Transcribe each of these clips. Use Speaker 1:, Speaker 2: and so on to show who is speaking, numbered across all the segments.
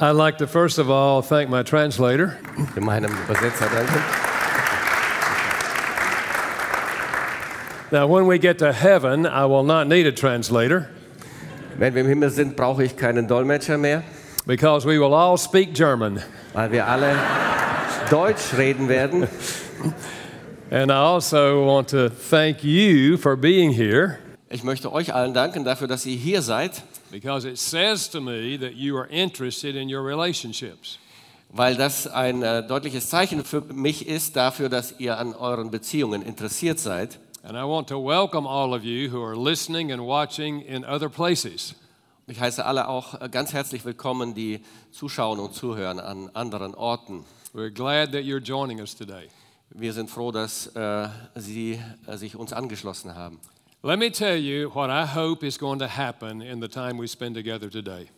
Speaker 1: I'd like to first of all thank my translator.
Speaker 2: Wir meinem Übersetzer danken.
Speaker 1: Now, when we get to heaven, I will not need a translator
Speaker 2: Wenn wir im Himmel sind, brauche ich keinen Dolmetscher mehr,
Speaker 1: because we will all speak German.
Speaker 2: weil wir alle Deutsch reden werden.
Speaker 1: And I also want to thank you for being here
Speaker 2: Ich möchte euch allen danken dafür, dass ihr hier seid,
Speaker 1: because it says to me that you are interested in your relationships.
Speaker 2: weil das ein äh, deutliches Zeichen für mich ist, dafür, dass ihr an euren Beziehungen interessiert seid.
Speaker 1: And I want to welcome all of you who are listening and watching in other places.
Speaker 2: Ich heiße alle auch äh, ganz herzlich willkommen, die zuschauen und zuhören an anderen Orten.
Speaker 1: We're glad that you're joining us today.
Speaker 2: Wir sind froh, dass äh, Sie äh, sich uns angeschlossen haben.
Speaker 1: Let me tell you what I hope is going to happen in the time we spend together today.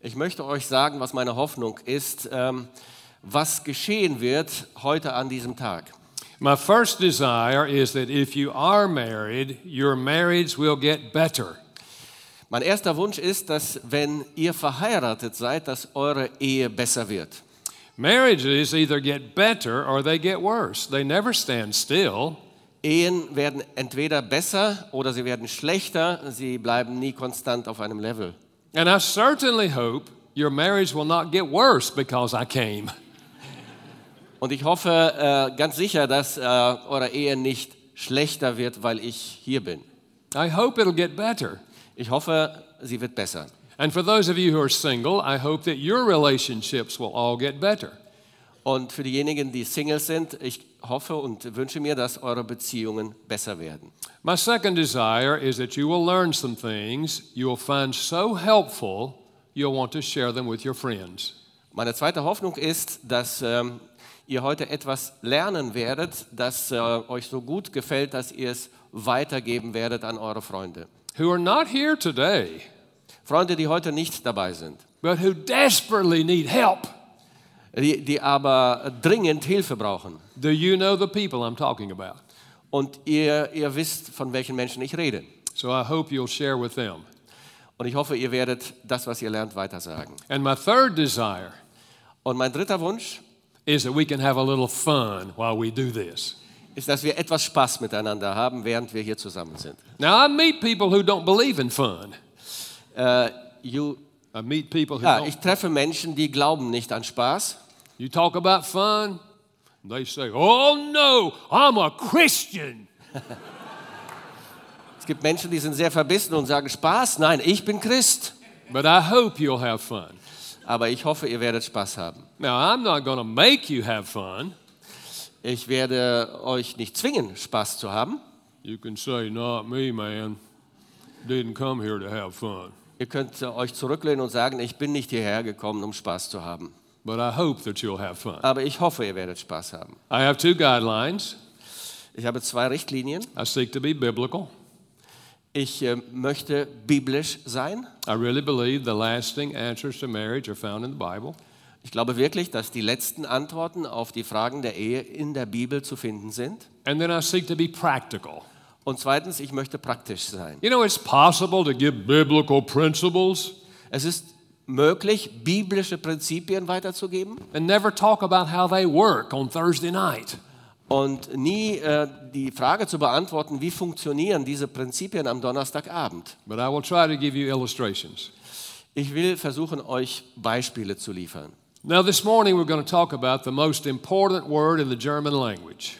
Speaker 2: Ich möchte euch sagen, was meine Hoffnung ist, ähm, was geschehen wird heute an diesem Tag.
Speaker 1: My first desire is that if you are married, your marriage will get better.
Speaker 2: Mein erster Wunsch ist, dass wenn ihr verheiratet seid, dass eure Ehe besser wird.
Speaker 1: Marriages either get better or they get worse. They never stand still.
Speaker 2: Ehen werden entweder besser oder sie werden schlechter, sie bleiben nie konstant auf einem Level.
Speaker 1: And I certainly hope your marriage will not get worse because I came.
Speaker 2: Und ich hoffe äh, ganz sicher, dass äh, eure Ehe nicht schlechter wird, weil ich hier bin.
Speaker 1: I hope it'll get better.
Speaker 2: Ich hoffe, sie wird besser.
Speaker 1: And for those of you who are single, I hope that your relationships will all get better.
Speaker 2: Und für diejenigen, die Single sind, ich hoffe und wünsche mir, dass eure Beziehungen besser werden.
Speaker 1: My second desire is that you will learn some things you will find so helpful you'll want to share them with your friends.
Speaker 2: Meine zweite Hoffnung ist, dass ähm, ihr heute etwas lernen werdet, das äh, euch so gut gefällt, dass ihr es weitergeben werdet an eure Freunde.
Speaker 1: who are not here today,
Speaker 2: Freunde, die heute nicht dabei sind,
Speaker 1: but who desperately need help.
Speaker 2: die, die aber dringend Hilfe brauchen.
Speaker 1: Do you know the people I'm talking about?
Speaker 2: Und ihr, ihr wisst, von welchen Menschen ich rede.
Speaker 1: So I hope you'll share with them.
Speaker 2: Und ich hoffe, ihr werdet das, was ihr lernt, weitersagen.
Speaker 1: And my third desire
Speaker 2: Und mein dritter Wunsch
Speaker 1: is that we can have a little fun while we do this.
Speaker 2: ist, dass wir etwas Spaß miteinander haben, während wir hier zusammen sind.
Speaker 1: Now, I meet people who don't believe in fun.
Speaker 2: Äh, you,
Speaker 1: I meet people who
Speaker 2: ja,
Speaker 1: don't.
Speaker 2: ich treffe Menschen, die glauben nicht an Spaß.
Speaker 1: You talk about fun, they say, Oh no, I'm a Christian.
Speaker 2: Es gibt Menschen, die sind sehr verbissen und sagen, Spaß? Nein, ich bin Christ.
Speaker 1: But I hope you'll have fun.
Speaker 2: Aber ich hoffe, ihr werdet Spaß haben.
Speaker 1: Now, I'm not going to make you have fun.
Speaker 2: Ich werde euch nicht zwingen, Spaß zu haben.
Speaker 1: You can say, Not me, man. Didn't come here to have fun.
Speaker 2: Ihr könnt äh, euch zurücklehnen und sagen, ich bin nicht hierher gekommen, um Spaß zu haben.
Speaker 1: But I hope that you'll have fun.
Speaker 2: Aber ich hoffe, ihr werdet Spaß haben.
Speaker 1: I have two guidelines.
Speaker 2: Ich habe zwei Richtlinien.
Speaker 1: I seek to be biblical.
Speaker 2: Ich äh, möchte biblisch sein.
Speaker 1: I really believe the lasting answers to marriage are found in the Bible.
Speaker 2: Ich glaube wirklich, dass die letzten Antworten auf die Fragen der Ehe in der Bibel zu finden sind.
Speaker 1: And then I seek to be practical.
Speaker 2: Und zweitens, ich möchte praktisch sein.
Speaker 1: You know, it's possible to give biblical principles
Speaker 2: Es ist möglich, biblische Prinzipien weiterzugeben
Speaker 1: and never talk about how they work on Thursday night.
Speaker 2: und nie äh, die Frage zu beantworten, wie funktionieren diese Prinzipien am Donnerstagabend.
Speaker 1: But I will try to give you illustrations.
Speaker 2: Ich will versuchen, euch Beispiele zu liefern.
Speaker 1: Now, this morning, we're going to talk about the most important word in the German language.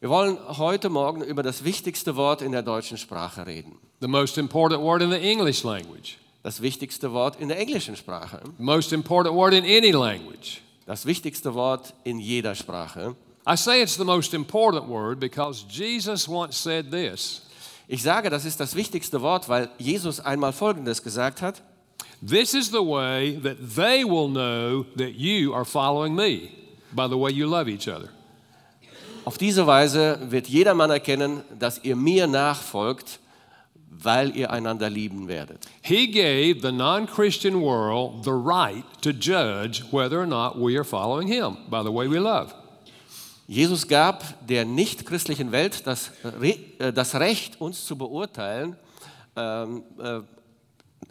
Speaker 2: Wir wollen heute Morgen über das wichtigste Wort in der deutschen Sprache reden.
Speaker 1: The most important word in the English language,
Speaker 2: Das wichtigste Wort in der englischen Sprache.
Speaker 1: the most important word in any language,
Speaker 2: Das wichtigste Wort in jeder Sprache.
Speaker 1: I say it's the most important word because Jesus once said this
Speaker 2: Ich sage, das ist das wichtigste Wort, weil Jesus einmal Folgendes gesagt hat.
Speaker 1: This is the way that they will know that you are following me by the way you love each other.
Speaker 2: Auf diese Weise wird jedermann erkennen, dass ihr mir nachfolgt, weil ihr einander lieben werdet.
Speaker 1: He gave the non Christian world the right to judge whether or not we are following him by the way we love.
Speaker 2: Jesus gab der nichtchristlichen Welt das, Re äh, das Recht, uns zu beurteilen, ähm, äh,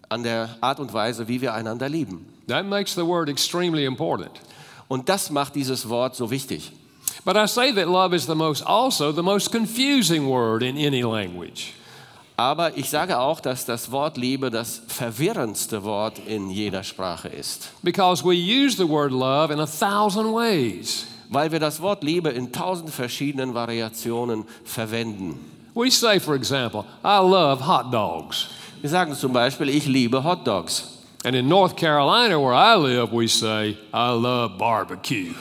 Speaker 2: an der Art und Weise, wie wir einander lieben.
Speaker 1: That makes the word extremely important.
Speaker 2: Und das macht dieses Wort so wichtig.
Speaker 1: But I say that love is the most, also the most confusing word in any language.
Speaker 2: Aber ich sage auch, dass das Wort Liebe das verwirrendste Wort in jeder Sprache ist,
Speaker 1: Because we use the word love in a thousand ways.
Speaker 2: weil wir das Wort Liebe in tausend verschiedenen Variationen verwenden.
Speaker 1: We say, for example, I love hot dogs.
Speaker 2: Wir sagen zum Beispiel, ich liebe Hotdogs.
Speaker 1: And in North Carolina, where I live, we say, I love barbecue.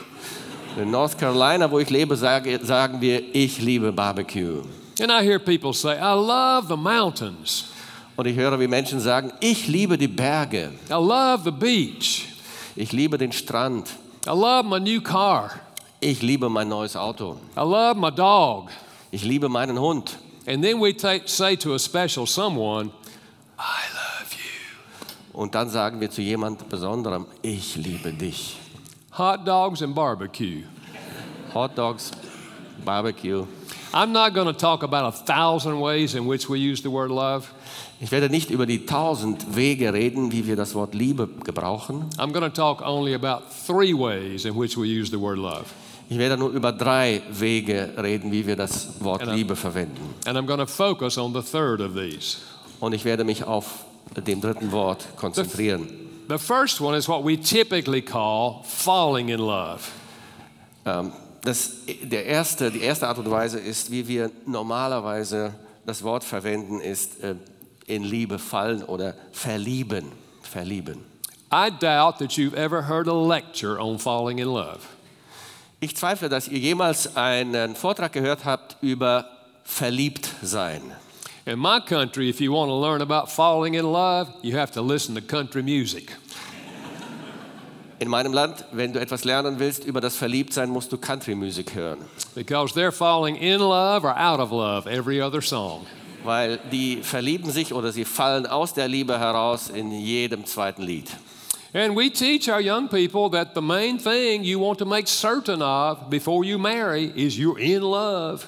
Speaker 2: In North Carolina, wo ich lebe, sage, sagen wir, ich liebe Barbecue.
Speaker 1: And I hear people say, I love the mountains.
Speaker 2: Und ich höre, wie Menschen sagen, ich liebe die Berge,
Speaker 1: I love the beach.
Speaker 2: ich liebe den Strand,
Speaker 1: I love my new car.
Speaker 2: ich liebe mein neues Auto,
Speaker 1: I love my dog.
Speaker 2: ich liebe meinen Hund.
Speaker 1: And then we take, say to a special someone, I love you.
Speaker 2: Und dann sagen wir zu jemand Besonderem, ich liebe dich.
Speaker 1: Hot dogs and barbecue.
Speaker 2: Hotdogs, Barbecue.
Speaker 1: I'm not going to talk about a thousand ways in which we use the word love.
Speaker 2: Ich werde nicht über die tausend Wege reden, wie wir das Wort Liebe gebrauchen.
Speaker 1: I'm going to talk only about three ways in which we use the word love.
Speaker 2: Ich werde nur über drei Wege reden, wie wir das Wort
Speaker 1: Genau.
Speaker 2: Liebe verwenden.
Speaker 1: And I'm going to focus on the third of these.
Speaker 2: Und ich werde mich auf dem dritten Wort konzentrieren.
Speaker 1: The first one is what we typically call falling in love.
Speaker 2: Ähm, das, der erste, die erste Art und Weise ist, wie wir normalerweise das Wort verwenden, ist äh, in Liebe fallen oder verlieben. Verlieben.
Speaker 1: I doubt that you've ever heard a lecture on falling in love.
Speaker 2: Ich zweifle, dass ihr jemals einen Vortrag gehört habt über verliebt sein.
Speaker 1: In my country, if you want to learn about falling in love, you have to listen to country music.
Speaker 2: In meinem Land, wenn du etwas lernen willst über das Verliebtsein, musst du Country-Musik hören,
Speaker 1: Because they're falling in love or out of love every other song.
Speaker 2: weil die verlieben sich oder sie fallen aus der Liebe heraus in jedem zweiten Lied.
Speaker 1: And we teach our young people that the main thing you want to make certain of before you marry is you're in love.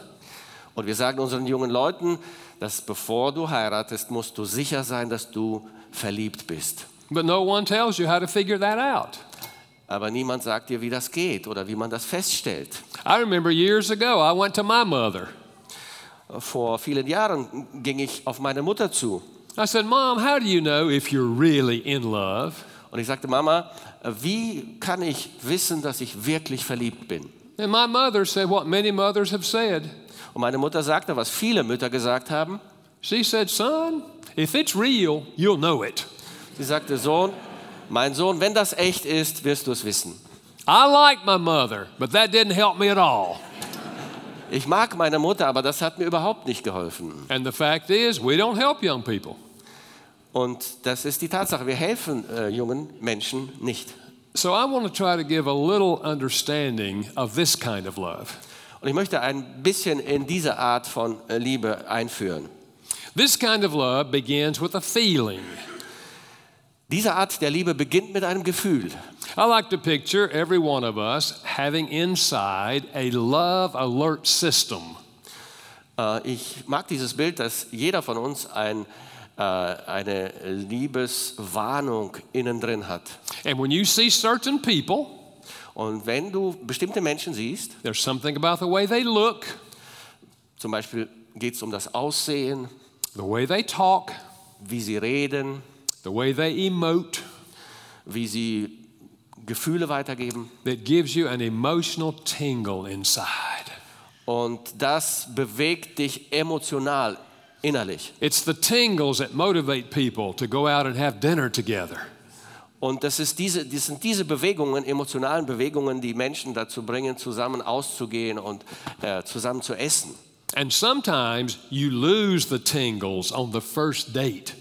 Speaker 2: Und wir sagen unseren jungen Leuten, dass bevor du heiratest, musst du sicher sein, dass du verliebt bist.
Speaker 1: But no one tells you how to figure that out.
Speaker 2: Aber niemand sagt dir, wie das geht oder wie man das feststellt.
Speaker 1: I remember years ago, I went to my mother.
Speaker 2: Vor vielen Jahren ging ich auf meine Mutter zu
Speaker 1: I said, Mom, how do you know if you're really in love?
Speaker 2: Und ich sagte, Mama, wie kann ich wissen, dass ich wirklich verliebt bin?
Speaker 1: And my mother said what many mothers have said.
Speaker 2: Und meine Mutter sagte, was viele Mütter gesagt haben.
Speaker 1: She said, Son, if it's real, you'll know it.
Speaker 2: Sie sagte, Sohn, mein Sohn, wenn das echt ist, wirst du es wissen.
Speaker 1: I like my mother, but that didn't help me at all.
Speaker 2: Ich mag meine Mutter, aber das hat mir überhaupt nicht geholfen.
Speaker 1: And the fact is, we don't help young people.
Speaker 2: Und das ist die Tatsache, wir helfen äh, jungen Menschen nicht.
Speaker 1: So I want to try to give a little understanding of this kind of love.
Speaker 2: Und ich möchte ein bisschen in diese Art von äh, Liebe einführen.
Speaker 1: This kind of love begins with a feeling.
Speaker 2: Diese Art der Liebe beginnt mit einem Gefühl.
Speaker 1: I like to picture every one of us having inside a love alert system.
Speaker 2: Äh, Ich mag dieses Bild, dass jeder von uns ein, äh, eine Liebeswarnung innen drin hat.
Speaker 1: And when you see certain people,
Speaker 2: Und wenn du bestimmte Menschen siehst,
Speaker 1: there's something about the way they look,
Speaker 2: zum Beispiel geht es um das Aussehen,
Speaker 1: the way they talk,
Speaker 2: wie sie reden,
Speaker 1: the way they emote,
Speaker 2: wie sie Gefühle weitergeben.
Speaker 1: that gives you an emotional tingle inside.
Speaker 2: Und das bewegt dich emotional, innerlich.
Speaker 1: It's the tingles that motivate people to go out and have dinner together.
Speaker 2: Und das, ist diese, das sind diese Bewegungen, emotionalen Bewegungen, die Menschen dazu bringen, zusammen auszugehen und äh, zusammen zu essen.
Speaker 1: And sometimes you lose the tingles on the first date.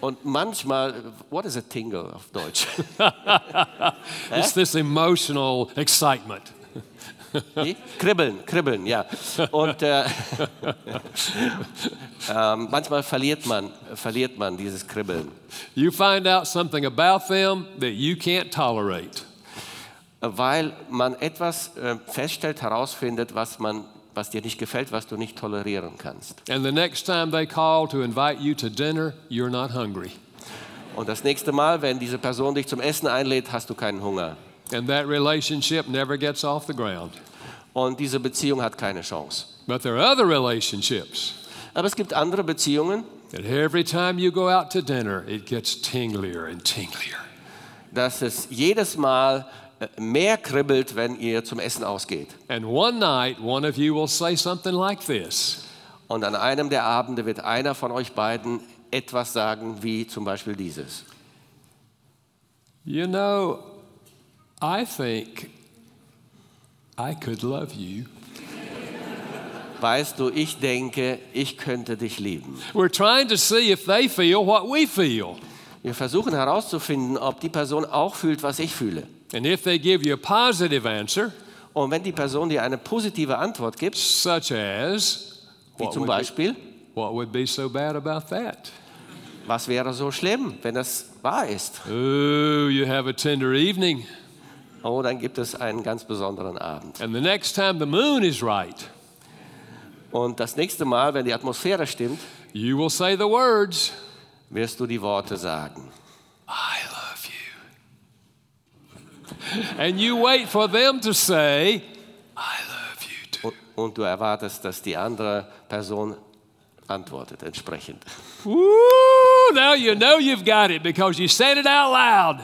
Speaker 2: Und manchmal, what is a tingle auf Deutsch?
Speaker 1: It's this emotional excitement.
Speaker 2: Wie? kribbeln, kribbeln, ja. Und äh, ähm, manchmal verliert man, verliert man dieses Kribbeln,
Speaker 1: You find out something about them that you can't tolerate.
Speaker 2: weil man etwas äh, feststellt, herausfindet, was, man, was dir nicht gefällt, was du nicht tolerieren kannst.
Speaker 1: And the next time they call to invite you to dinner, you're not hungry.
Speaker 2: Und das nächste Mal, wenn diese Person dich zum Essen einlädt, hast du keinen Hunger.
Speaker 1: And that relationship never gets off the ground.
Speaker 2: Und diese Beziehung hat keine Chance.
Speaker 1: But there are other relationships
Speaker 2: Aber es gibt andere Beziehungen,
Speaker 1: that every time you go out to dinner, it gets tinglier and tinglier.
Speaker 2: dass es jedes Mal äh, mehr kribbelt, wenn ihr zum Essen ausgeht.
Speaker 1: And one night, one of you will say something like this
Speaker 2: Und an einem der Abende wird einer von euch beiden etwas sagen, wie zum Beispiel dieses.
Speaker 1: You know, I think I could love you.
Speaker 2: Weißt du, ich denke, ich könnte dich lieben.
Speaker 1: We're trying to see if they feel what we feel.
Speaker 2: Wir versuchen herauszufinden, ob die Person auch fühlt, was ich fühle.
Speaker 1: And if they give you a positive answer,
Speaker 2: Und wenn die Person dir eine positive Antwort gibt,
Speaker 1: such as,
Speaker 2: wie
Speaker 1: what would, be,
Speaker 2: zum Beispiel,
Speaker 1: what would be so bad about that?
Speaker 2: was wäre so schlimm, wenn das wahr ist?
Speaker 1: Ooh, you have a tender evening.
Speaker 2: Oh, dann gibt es einen ganz besonderen Abend.
Speaker 1: And the next time the moon is right,
Speaker 2: Und das nächste Mal, wenn die Atmosphäre stimmt,
Speaker 1: you will say the words,
Speaker 2: wirst du die Worte sagen.
Speaker 1: I love you. and you wait for them to say, I love you too.
Speaker 2: Und, und du erwartest, dass die andere Person antwortet entsprechend.
Speaker 1: Woo! Now you know you've got it because you said it out loud.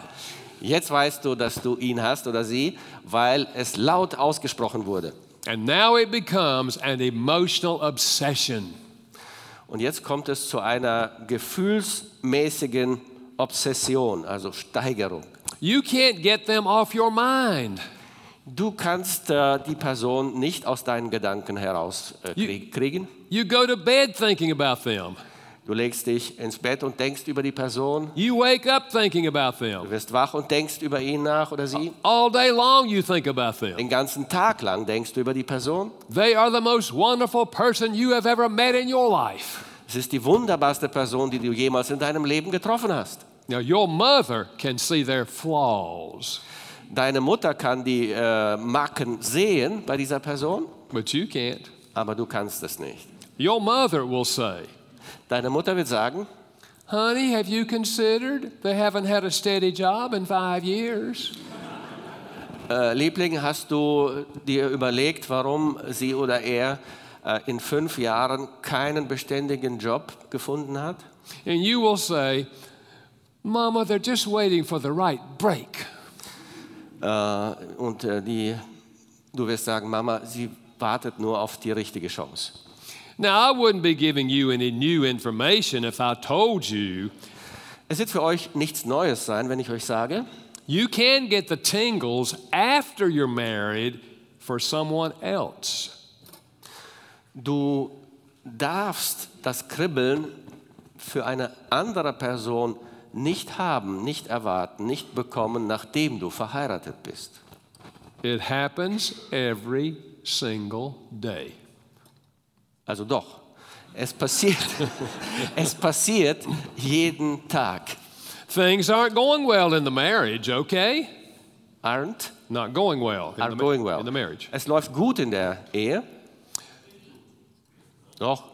Speaker 2: Jetzt weißt du, dass du ihn hast oder sie, weil es laut ausgesprochen wurde.
Speaker 1: And now it becomes an emotional obsession.
Speaker 2: Und jetzt kommt es zu einer gefühlsmäßigen Obsession, also Steigerung.
Speaker 1: You can't get them off your mind.
Speaker 2: Du kannst äh, die Person nicht aus deinen Gedanken heraus äh, krieg kriegen.
Speaker 1: You go to bed thinking about them.
Speaker 2: Du legst dich ins Bett und denkst über die Person.
Speaker 1: You wake up thinking about
Speaker 2: Du
Speaker 1: them.
Speaker 2: wirst wach und denkst über ihn nach oder sie.
Speaker 1: All day long you think about them.
Speaker 2: Den ganzen Tag lang denkst du über die Person.
Speaker 1: They are the most wonderful person you have ever met in your life.
Speaker 2: Es ist die wunderbarste Person, die du jemals in deinem Leben getroffen hast.
Speaker 1: Now, your mother can see their flaws,
Speaker 2: Deine Mutter kann die äh, Macken sehen bei dieser Person,
Speaker 1: but you can't.
Speaker 2: aber du kannst es nicht.
Speaker 1: Your mother will say,
Speaker 2: Deine Mutter wird sagen,
Speaker 1: Honey, have you considered they haven't had a steady job in five years?
Speaker 2: äh, Liebling, hast du dir überlegt, warum sie oder er äh, in fünf Jahren keinen beständigen Job gefunden hat?
Speaker 1: And you will say, Mama, they're just waiting for the right break.
Speaker 2: Äh, und äh, die, du wirst sagen, Mama, sie wartet nur auf die richtige Chance.
Speaker 1: Now, I wouldn't be giving you any new information if I told you
Speaker 2: Es wird für euch nichts Neues sein, wenn ich euch sage,
Speaker 1: you can get the tingles after you're married for someone else.
Speaker 2: Du darfst das Kribbeln für eine andere Person nicht haben, nicht erwarten, nicht bekommen, nachdem du verheiratet bist.
Speaker 1: It happens every single day.
Speaker 2: Also doch, es passiert, es passiert jeden Tag.
Speaker 1: Things aren't going well in the marriage, okay?
Speaker 2: Aren't,
Speaker 1: Not going well in,
Speaker 2: are
Speaker 1: the, ma-
Speaker 2: going well.
Speaker 1: in the marriage.
Speaker 2: Es läuft gut in der Ehe. Doch.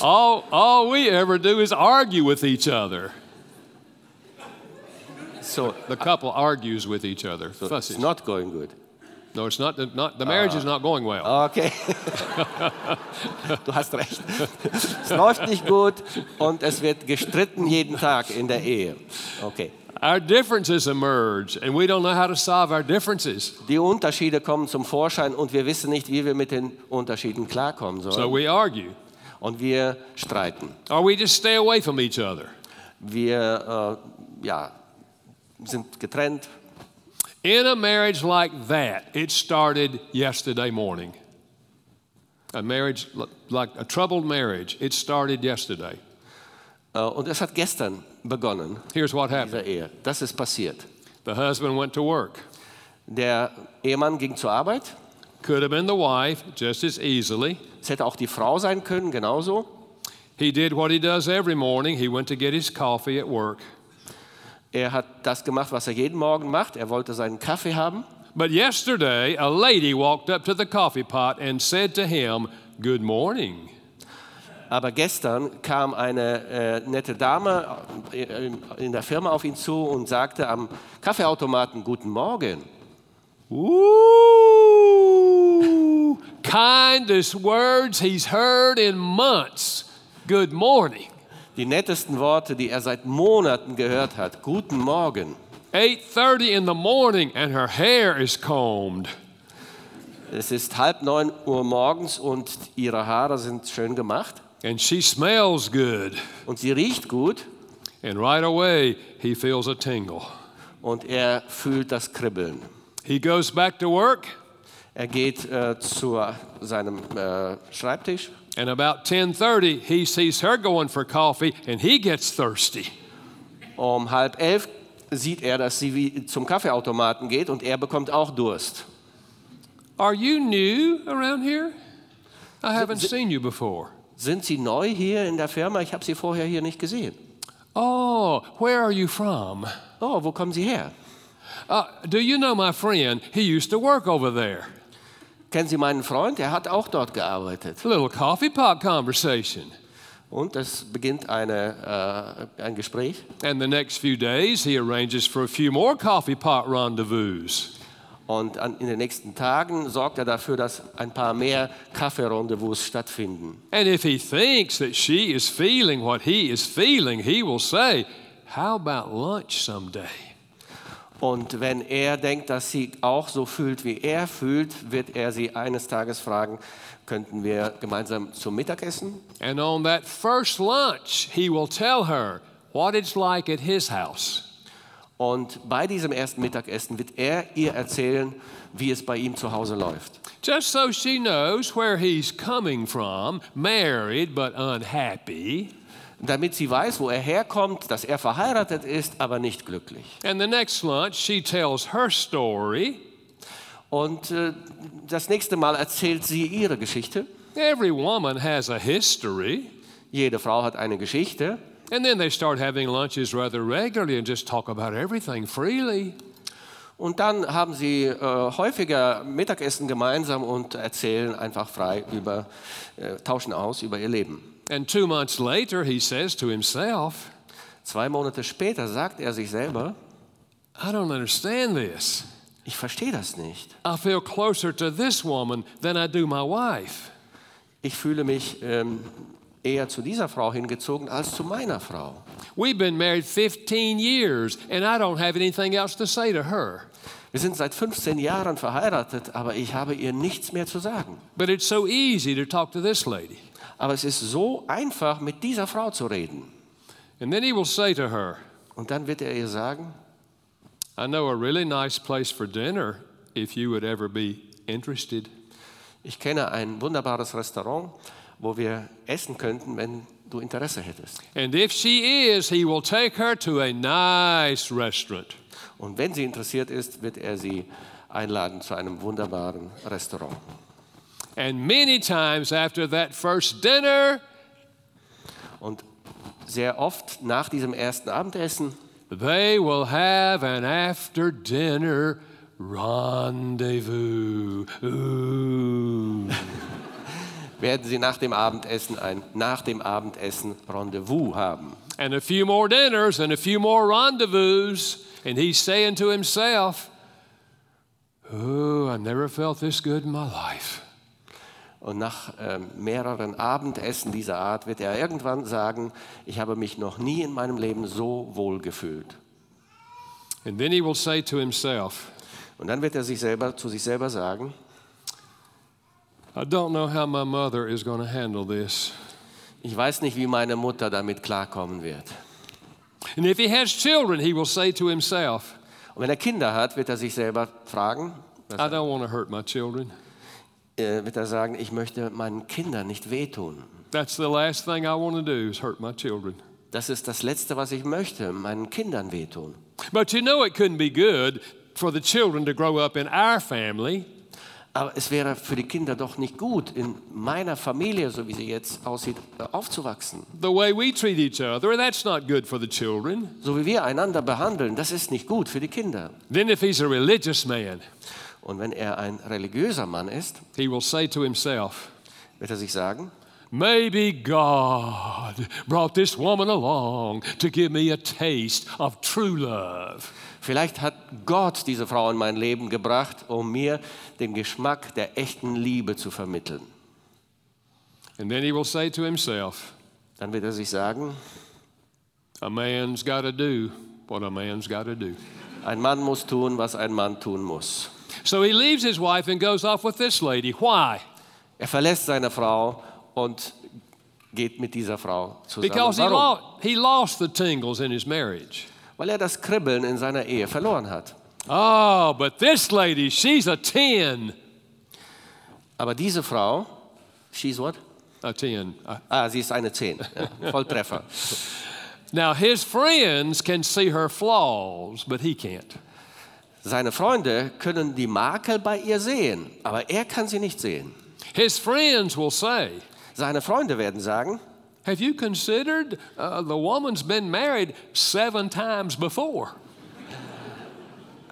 Speaker 1: All, all we ever do is argue with each other.
Speaker 2: So,
Speaker 1: The couple argues with each other.
Speaker 2: it's
Speaker 1: Fusses.
Speaker 2: not Uh, going good.
Speaker 1: No, it's not. not the marriage is not going well.
Speaker 2: Okay. Du hast recht. Es läuft nicht gut und es wird gestritten jeden Tag in der Ehe. Okay.
Speaker 1: Our differences emerge, and we don't know how to solve our differences.
Speaker 2: Die Unterschiede kommen zum Vorschein und wir wissen nicht, wie wir mit den Unterschieden klarkommen
Speaker 1: So
Speaker 2: sollen.
Speaker 1: we argue,
Speaker 2: Und wir streiten.
Speaker 1: or we just stay away from each other.
Speaker 2: Wir äh, ja, sind getrennt.
Speaker 1: In a marriage like that, it started yesterday morning. A marriage, li- like a troubled marriage, it started yesterday.
Speaker 2: Äh, und es hat gestern begonnen,
Speaker 1: Here's what happened
Speaker 2: diese Also Ehe. Das ist passiert.
Speaker 1: the husband went to work.
Speaker 2: Der Ehemann ging zur Arbeit.
Speaker 1: Could have been the wife just as easily.
Speaker 2: Es hätte auch die Frau sein können, genauso.
Speaker 1: He did what he does every morning. He went to get his coffee at work.
Speaker 2: Er hat das gemacht, was er jeden Morgen macht. Er wollte seinen Kaffee haben.
Speaker 1: But yesterday, a lady walked up to the coffee pot and said to him, Good morning.
Speaker 2: Aber gestern kam eine äh, nette Dame äh, in der Firma auf ihn zu und sagte am Kaffeeautomaten Guten Morgen.
Speaker 1: Ooh, kindest words he's heard in months. Good morning.
Speaker 2: Die nettesten Worte, die er seit Monaten gehört hat. Guten Morgen.
Speaker 1: 8:30 in the morning and her hair is combed.
Speaker 2: Es ist halb neun Uhr morgens und ihre Haare sind schön gemacht
Speaker 1: And she smells good.
Speaker 2: und sie riecht gut
Speaker 1: And right away, he feels a tingle.
Speaker 2: und er fühlt das Kribbeln.
Speaker 1: He goes back to work,
Speaker 2: Er geht äh, zu seinem äh, Schreibtisch
Speaker 1: and about 10:30, he sees her going for coffee, and he gets thirsty.
Speaker 2: Um halb elf sieht er, dass sie wie zum Kaffeeautomaten geht und er bekommt auch Durst.
Speaker 1: Are you new around here? I haven't seen you before.
Speaker 2: Sind Sie neu hier in der Firma? Ich habe Sie vorher hier nicht gesehen.
Speaker 1: Oh, where are you from?
Speaker 2: Oh, wo kommen Sie her?
Speaker 1: Uh, do you know my friend? He used to work over there.
Speaker 2: Kennen Sie meinen Freund? Er hat auch dort gearbeitet.
Speaker 1: Little coffee pot conversation.
Speaker 2: Und es beginnt eine, äh, ein Gespräch.
Speaker 1: And the next few days, he arranges for a few more coffee pot rendezvous.
Speaker 2: Und an, in den nächsten Tagen sorgt er dafür, dass ein paar mehr Kaffeerendezvous stattfinden.
Speaker 1: And if he thinks that she is feeling what he is feeling, he will say, How about lunch someday?
Speaker 2: Und wenn er denkt, dass sie auch so fühlt, wie er fühlt, wird er sie eines Tages fragen, könnten wir gemeinsam zum Mittagessen?
Speaker 1: And on that first lunch, he will tell her what it's like at his house.
Speaker 2: Und bei diesem ersten Mittagessen wird er ihr erzählen, wie es bei ihm zu Hause läuft.
Speaker 1: Just so she knows where he's coming from, married but unhappy.
Speaker 2: Damit sie weiß, wo er herkommt, dass er verheiratet ist, aber nicht glücklich.
Speaker 1: And the next lunch, she tells her story.
Speaker 2: Und äh, das nächste Mal erzählt sie ihre Geschichte.
Speaker 1: Every woman has a history.
Speaker 2: Jede Frau hat eine Geschichte.
Speaker 1: And then they start having lunches rather regularly and just talk about everything freely.
Speaker 2: Und dann haben sie äh, häufiger Mittagessen gemeinsam und erzählen einfach frei über, äh, tauschen aus über ihr Leben.
Speaker 1: And two months later, he says to himself,
Speaker 2: Zwei Monate später sagt er sich selber,
Speaker 1: I don't understand this.
Speaker 2: ich verstehe das nicht.
Speaker 1: I feel closer to this woman than I do my wife.
Speaker 2: Ich fühle mich ähm, eher zu dieser Frau hingezogen als zu meiner Frau.
Speaker 1: We've been married 15 years, and I don't have anything else to say to her.
Speaker 2: Wir sind seit 15 Jahren verheiratet, aber ich habe ihr nichts mehr zu sagen.
Speaker 1: But it's so easy to talk to this lady.
Speaker 2: Aber es ist so einfach, mit dieser Frau zu reden.
Speaker 1: And then he will say to her,
Speaker 2: Und dann wird er ihr sagen,
Speaker 1: I know a really nice place for dinner if you would ever be interested.
Speaker 2: ich kenne ein wunderbares Restaurant, wo wir essen könnten, wenn du Interesse hättest.
Speaker 1: And if she is, he will take her to a nice restaurant.
Speaker 2: Und wenn sie interessiert ist, wird er sie einladen zu einem wunderbaren Restaurant.
Speaker 1: And many times after that first dinner,
Speaker 2: Und sehr oft nach diesem ersten Abendessen
Speaker 1: They will have an after dinner rendezvous. Ooh.
Speaker 2: werden sie nach dem Abendessen ein nach dem Abendessen Rendezvous haben.
Speaker 1: and a few more dinners and a few more rendezvous. And he's saying to himself, Oh, I never felt this good in my life.
Speaker 2: Und nach ähm, mehreren Abendessen dieser Art wird er irgendwann sagen, ich habe mich noch nie in meinem Leben so wohl gefühlt.
Speaker 1: And then he will say to himself,
Speaker 2: Und dann wird er sich selber zu sich selber sagen,
Speaker 1: I don't know how my mother is going to handle this.
Speaker 2: ich weiß nicht, wie meine Mutter damit klarkommen wird.
Speaker 1: And if he has children, he will say to himself,
Speaker 2: Und wenn er Kinder hat, wird er sich selber fragen, was
Speaker 1: I don't want to hurt my children.
Speaker 2: äh, wird er sagen, ich möchte meinen Kindern nicht wehtun.
Speaker 1: That's the last thing I want to do is hurt my children.
Speaker 2: Das ist das Letzte, was ich möchte, meinen Kindern wehtun.
Speaker 1: But you know it couldn't be good for the children to grow up in our family.
Speaker 2: Aber es wäre für die Kinder doch nicht gut, in meiner Familie, so wie sie jetzt aussieht, äh, aufzuwachsen.
Speaker 1: The way we treat each other, that's not good for the children.
Speaker 2: So wie wir einander behandeln, das ist nicht gut für die Kinder.
Speaker 1: Then, if he's a religious man,
Speaker 2: Und wenn er ein religiöser Mann ist,
Speaker 1: he will say to himself,
Speaker 2: Wird er sich sagen?
Speaker 1: Maybe God brought this woman along to give me a taste of true love.
Speaker 2: Vielleicht hat Gott diese Frau in mein Leben gebracht, um mir den Geschmack der echten Liebe zu vermitteln.
Speaker 1: And then he will say to himself,
Speaker 2: Dann wird er sich sagen,
Speaker 1: A man's got to do what a man's got to do.
Speaker 2: ein Mann muss tun, was ein Mann tun muss.
Speaker 1: So he leaves his wife and goes off with this lady. Why?
Speaker 2: Er verlässt seine Frau und geht mit dieser Frau zusammen.
Speaker 1: Because he,
Speaker 2: Warum?
Speaker 1: lo- he lost the tingles in his marriage.
Speaker 2: Weil er das Kribbeln in seiner Ehe verloren hat.
Speaker 1: Oh, but this lady, she's a 10.
Speaker 2: Aber diese Frau, she's what?
Speaker 1: A 10. Uh,
Speaker 2: Ah, sie ist eine Zehn. Ja, Volltreffer.
Speaker 1: Now, his friends can see her flaws, but he can't.
Speaker 2: Seine Freunde können die Makel bei ihr sehen, aber er kann sie nicht sehen.
Speaker 1: His friends will say,
Speaker 2: Seine Freunde werden sagen,
Speaker 1: Have you considered uh, the woman's been married seven times before?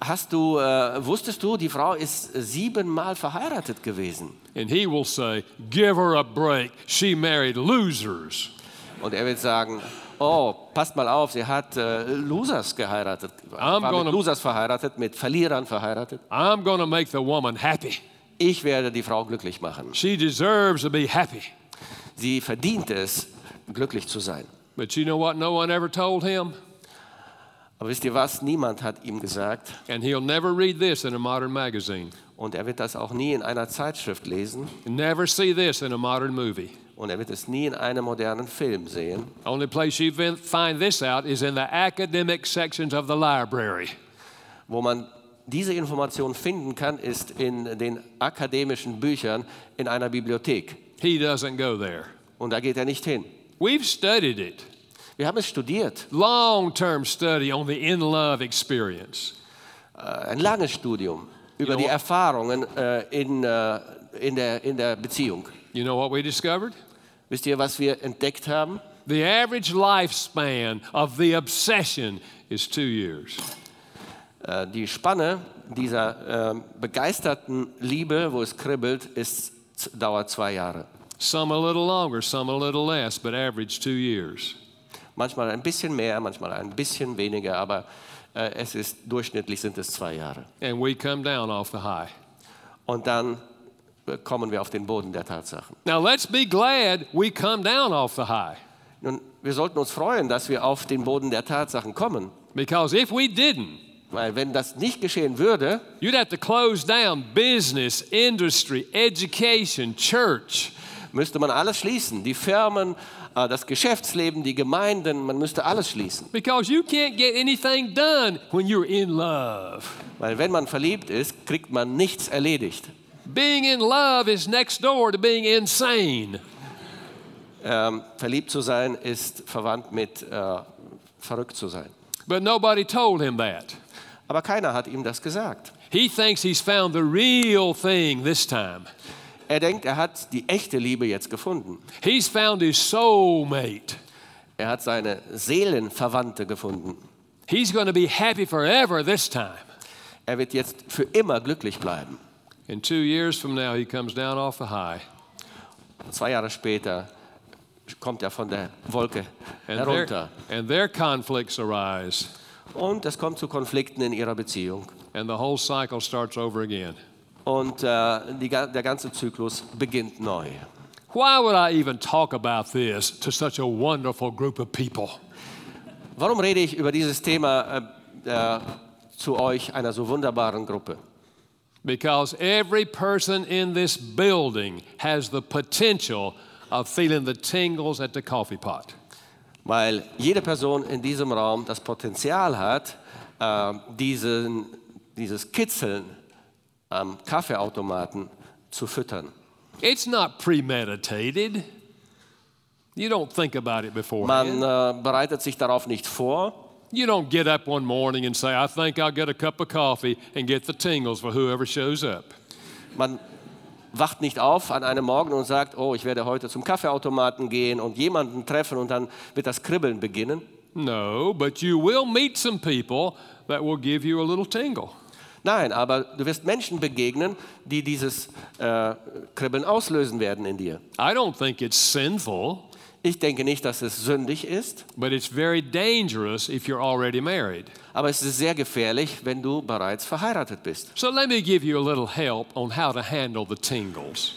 Speaker 2: hast du, äh, wusstest du, die Frau ist äh, siebenmal verheiratet gewesen?
Speaker 1: And he will say, Give her a break. She married losers.
Speaker 2: Und er wird sagen, oh, passt mal auf, sie hat äh, Losers geheiratet.
Speaker 1: I'm
Speaker 2: War
Speaker 1: gonna-
Speaker 2: mit Losers verheiratet, mit Verlierern verheiratet.
Speaker 1: I'm going to make the woman happy.
Speaker 2: Ich werde die Frau glücklich machen.
Speaker 1: She deserves to be happy.
Speaker 2: Sie verdient es, glücklich zu sein.
Speaker 1: But you know what? No one ever told him.
Speaker 2: Aber wisst ihr was? Niemand hat ihm gesagt,
Speaker 1: And he'll never read this in a modern magazine,
Speaker 2: Und er wird das auch nie in einer Zeitschrift lesen
Speaker 1: never see this in a modern movie.
Speaker 2: und er wird es nie in einem modernen Film sehen.
Speaker 1: Only place you fin- find this out is in the academic sections of the library.
Speaker 2: Wo man diese Information finden kann, ist in den akademischen Büchern in einer Bibliothek.
Speaker 1: He doesn't go there.
Speaker 2: Und da geht er nicht hin.
Speaker 1: We've studied it.
Speaker 2: Wir haben es studiert,
Speaker 1: Long term study on the in love experience.
Speaker 2: äh, ein langes Studium über
Speaker 1: know
Speaker 2: die
Speaker 1: what?
Speaker 2: Erfahrungen äh, in, äh, in, der, in der Beziehung.
Speaker 1: You know what we discovered?
Speaker 2: Wisst ihr, was wir entdeckt haben?
Speaker 1: The average lifespan of the obsession is two years.
Speaker 2: Äh, Die Spanne dieser ähm, begeisterten Liebe, wo es kribbelt, ist, dauert zwei Jahre.
Speaker 1: Some a little longer, some a little less, but average two years.
Speaker 2: Manchmal ein bisschen mehr, manchmal ein bisschen weniger, aber äh, es ist durchschnittlich sind es zwei Jahre.
Speaker 1: And we come down off the high.
Speaker 2: Und dann äh, kommen wir auf den Boden der Tatsachen.
Speaker 1: Now let's be glad we come down off the high.
Speaker 2: Nun, wir sollten uns freuen, dass wir auf den Boden der Tatsachen kommen,
Speaker 1: Because if we didn't,
Speaker 2: weil wenn das nicht geschehen würde,
Speaker 1: you'd have to close down business, industry, education, church.
Speaker 2: müsste man alles schließen, die Firmen, äh, das Geschäftsleben, die Gemeinden, man müsste alles schließen,
Speaker 1: Because you can't get anything done when you're in love.
Speaker 2: weil wenn man verliebt ist, kriegt man nichts erledigt.
Speaker 1: Being in love is next door to being insane.
Speaker 2: Ähm, verliebt zu sein ist verwandt mit äh, verrückt zu sein.
Speaker 1: But nobody told him that.
Speaker 2: Aber keiner hat ihm das gesagt.
Speaker 1: He thinks he's found the real thing this time.
Speaker 2: Er denkt, er hat die echte Liebe jetzt gefunden.
Speaker 1: He's found his soulmate.
Speaker 2: Er hat seine Seelenverwandte gefunden.
Speaker 1: He's going to be happy forever this time.
Speaker 2: Er wird jetzt für immer glücklich bleiben.
Speaker 1: And two years from now, he comes down off the high.
Speaker 2: Zwei Jahre später kommt er von der Wolke
Speaker 1: And, their-
Speaker 2: herunter.
Speaker 1: and their conflicts arise.
Speaker 2: Und es kommt zu Konflikten in ihrer Beziehung.
Speaker 1: And the whole cycle starts over again.
Speaker 2: Und äh, die, ga- der ganze Zyklus beginnt neu.
Speaker 1: Why would I even talk about this to such a wonderful group of people?
Speaker 2: Warum rede ich über dieses Thema äh, äh, zu euch, einer so wunderbaren Gruppe?
Speaker 1: Because every person in this building has the potential of feeling the tingles at the coffee pot.
Speaker 2: Weil jede Person in diesem Raum das Potenzial hat, äh, diesen, dieses Kitzeln am Kaffeeautomaten zu füttern.
Speaker 1: It's not premeditated. You don't think about it beforehand.
Speaker 2: Man äh, bereitet sich darauf nicht vor.
Speaker 1: You don't get up one morning and say, I think I'll get a cup of coffee and get the tingles for whoever shows up.
Speaker 2: Man wacht nicht auf an einem Morgen und sagt, oh, ich werde heute zum Kaffeeautomaten gehen und jemanden treffen und dann wird das Kribbeln beginnen.
Speaker 1: No, but you will meet some people that will give you a little tingle.
Speaker 2: Nein, aber du wirst Menschen begegnen, die dieses äh, Kribbeln auslösen werden in dir.
Speaker 1: I don't think it's sinful,
Speaker 2: Ich denke nicht, dass es sündig ist,
Speaker 1: but it's very dangerous if you're already married.
Speaker 2: aber es ist sehr gefährlich, wenn du bereits verheiratet bist.
Speaker 1: So let me give you a little help on how to handle the tingles.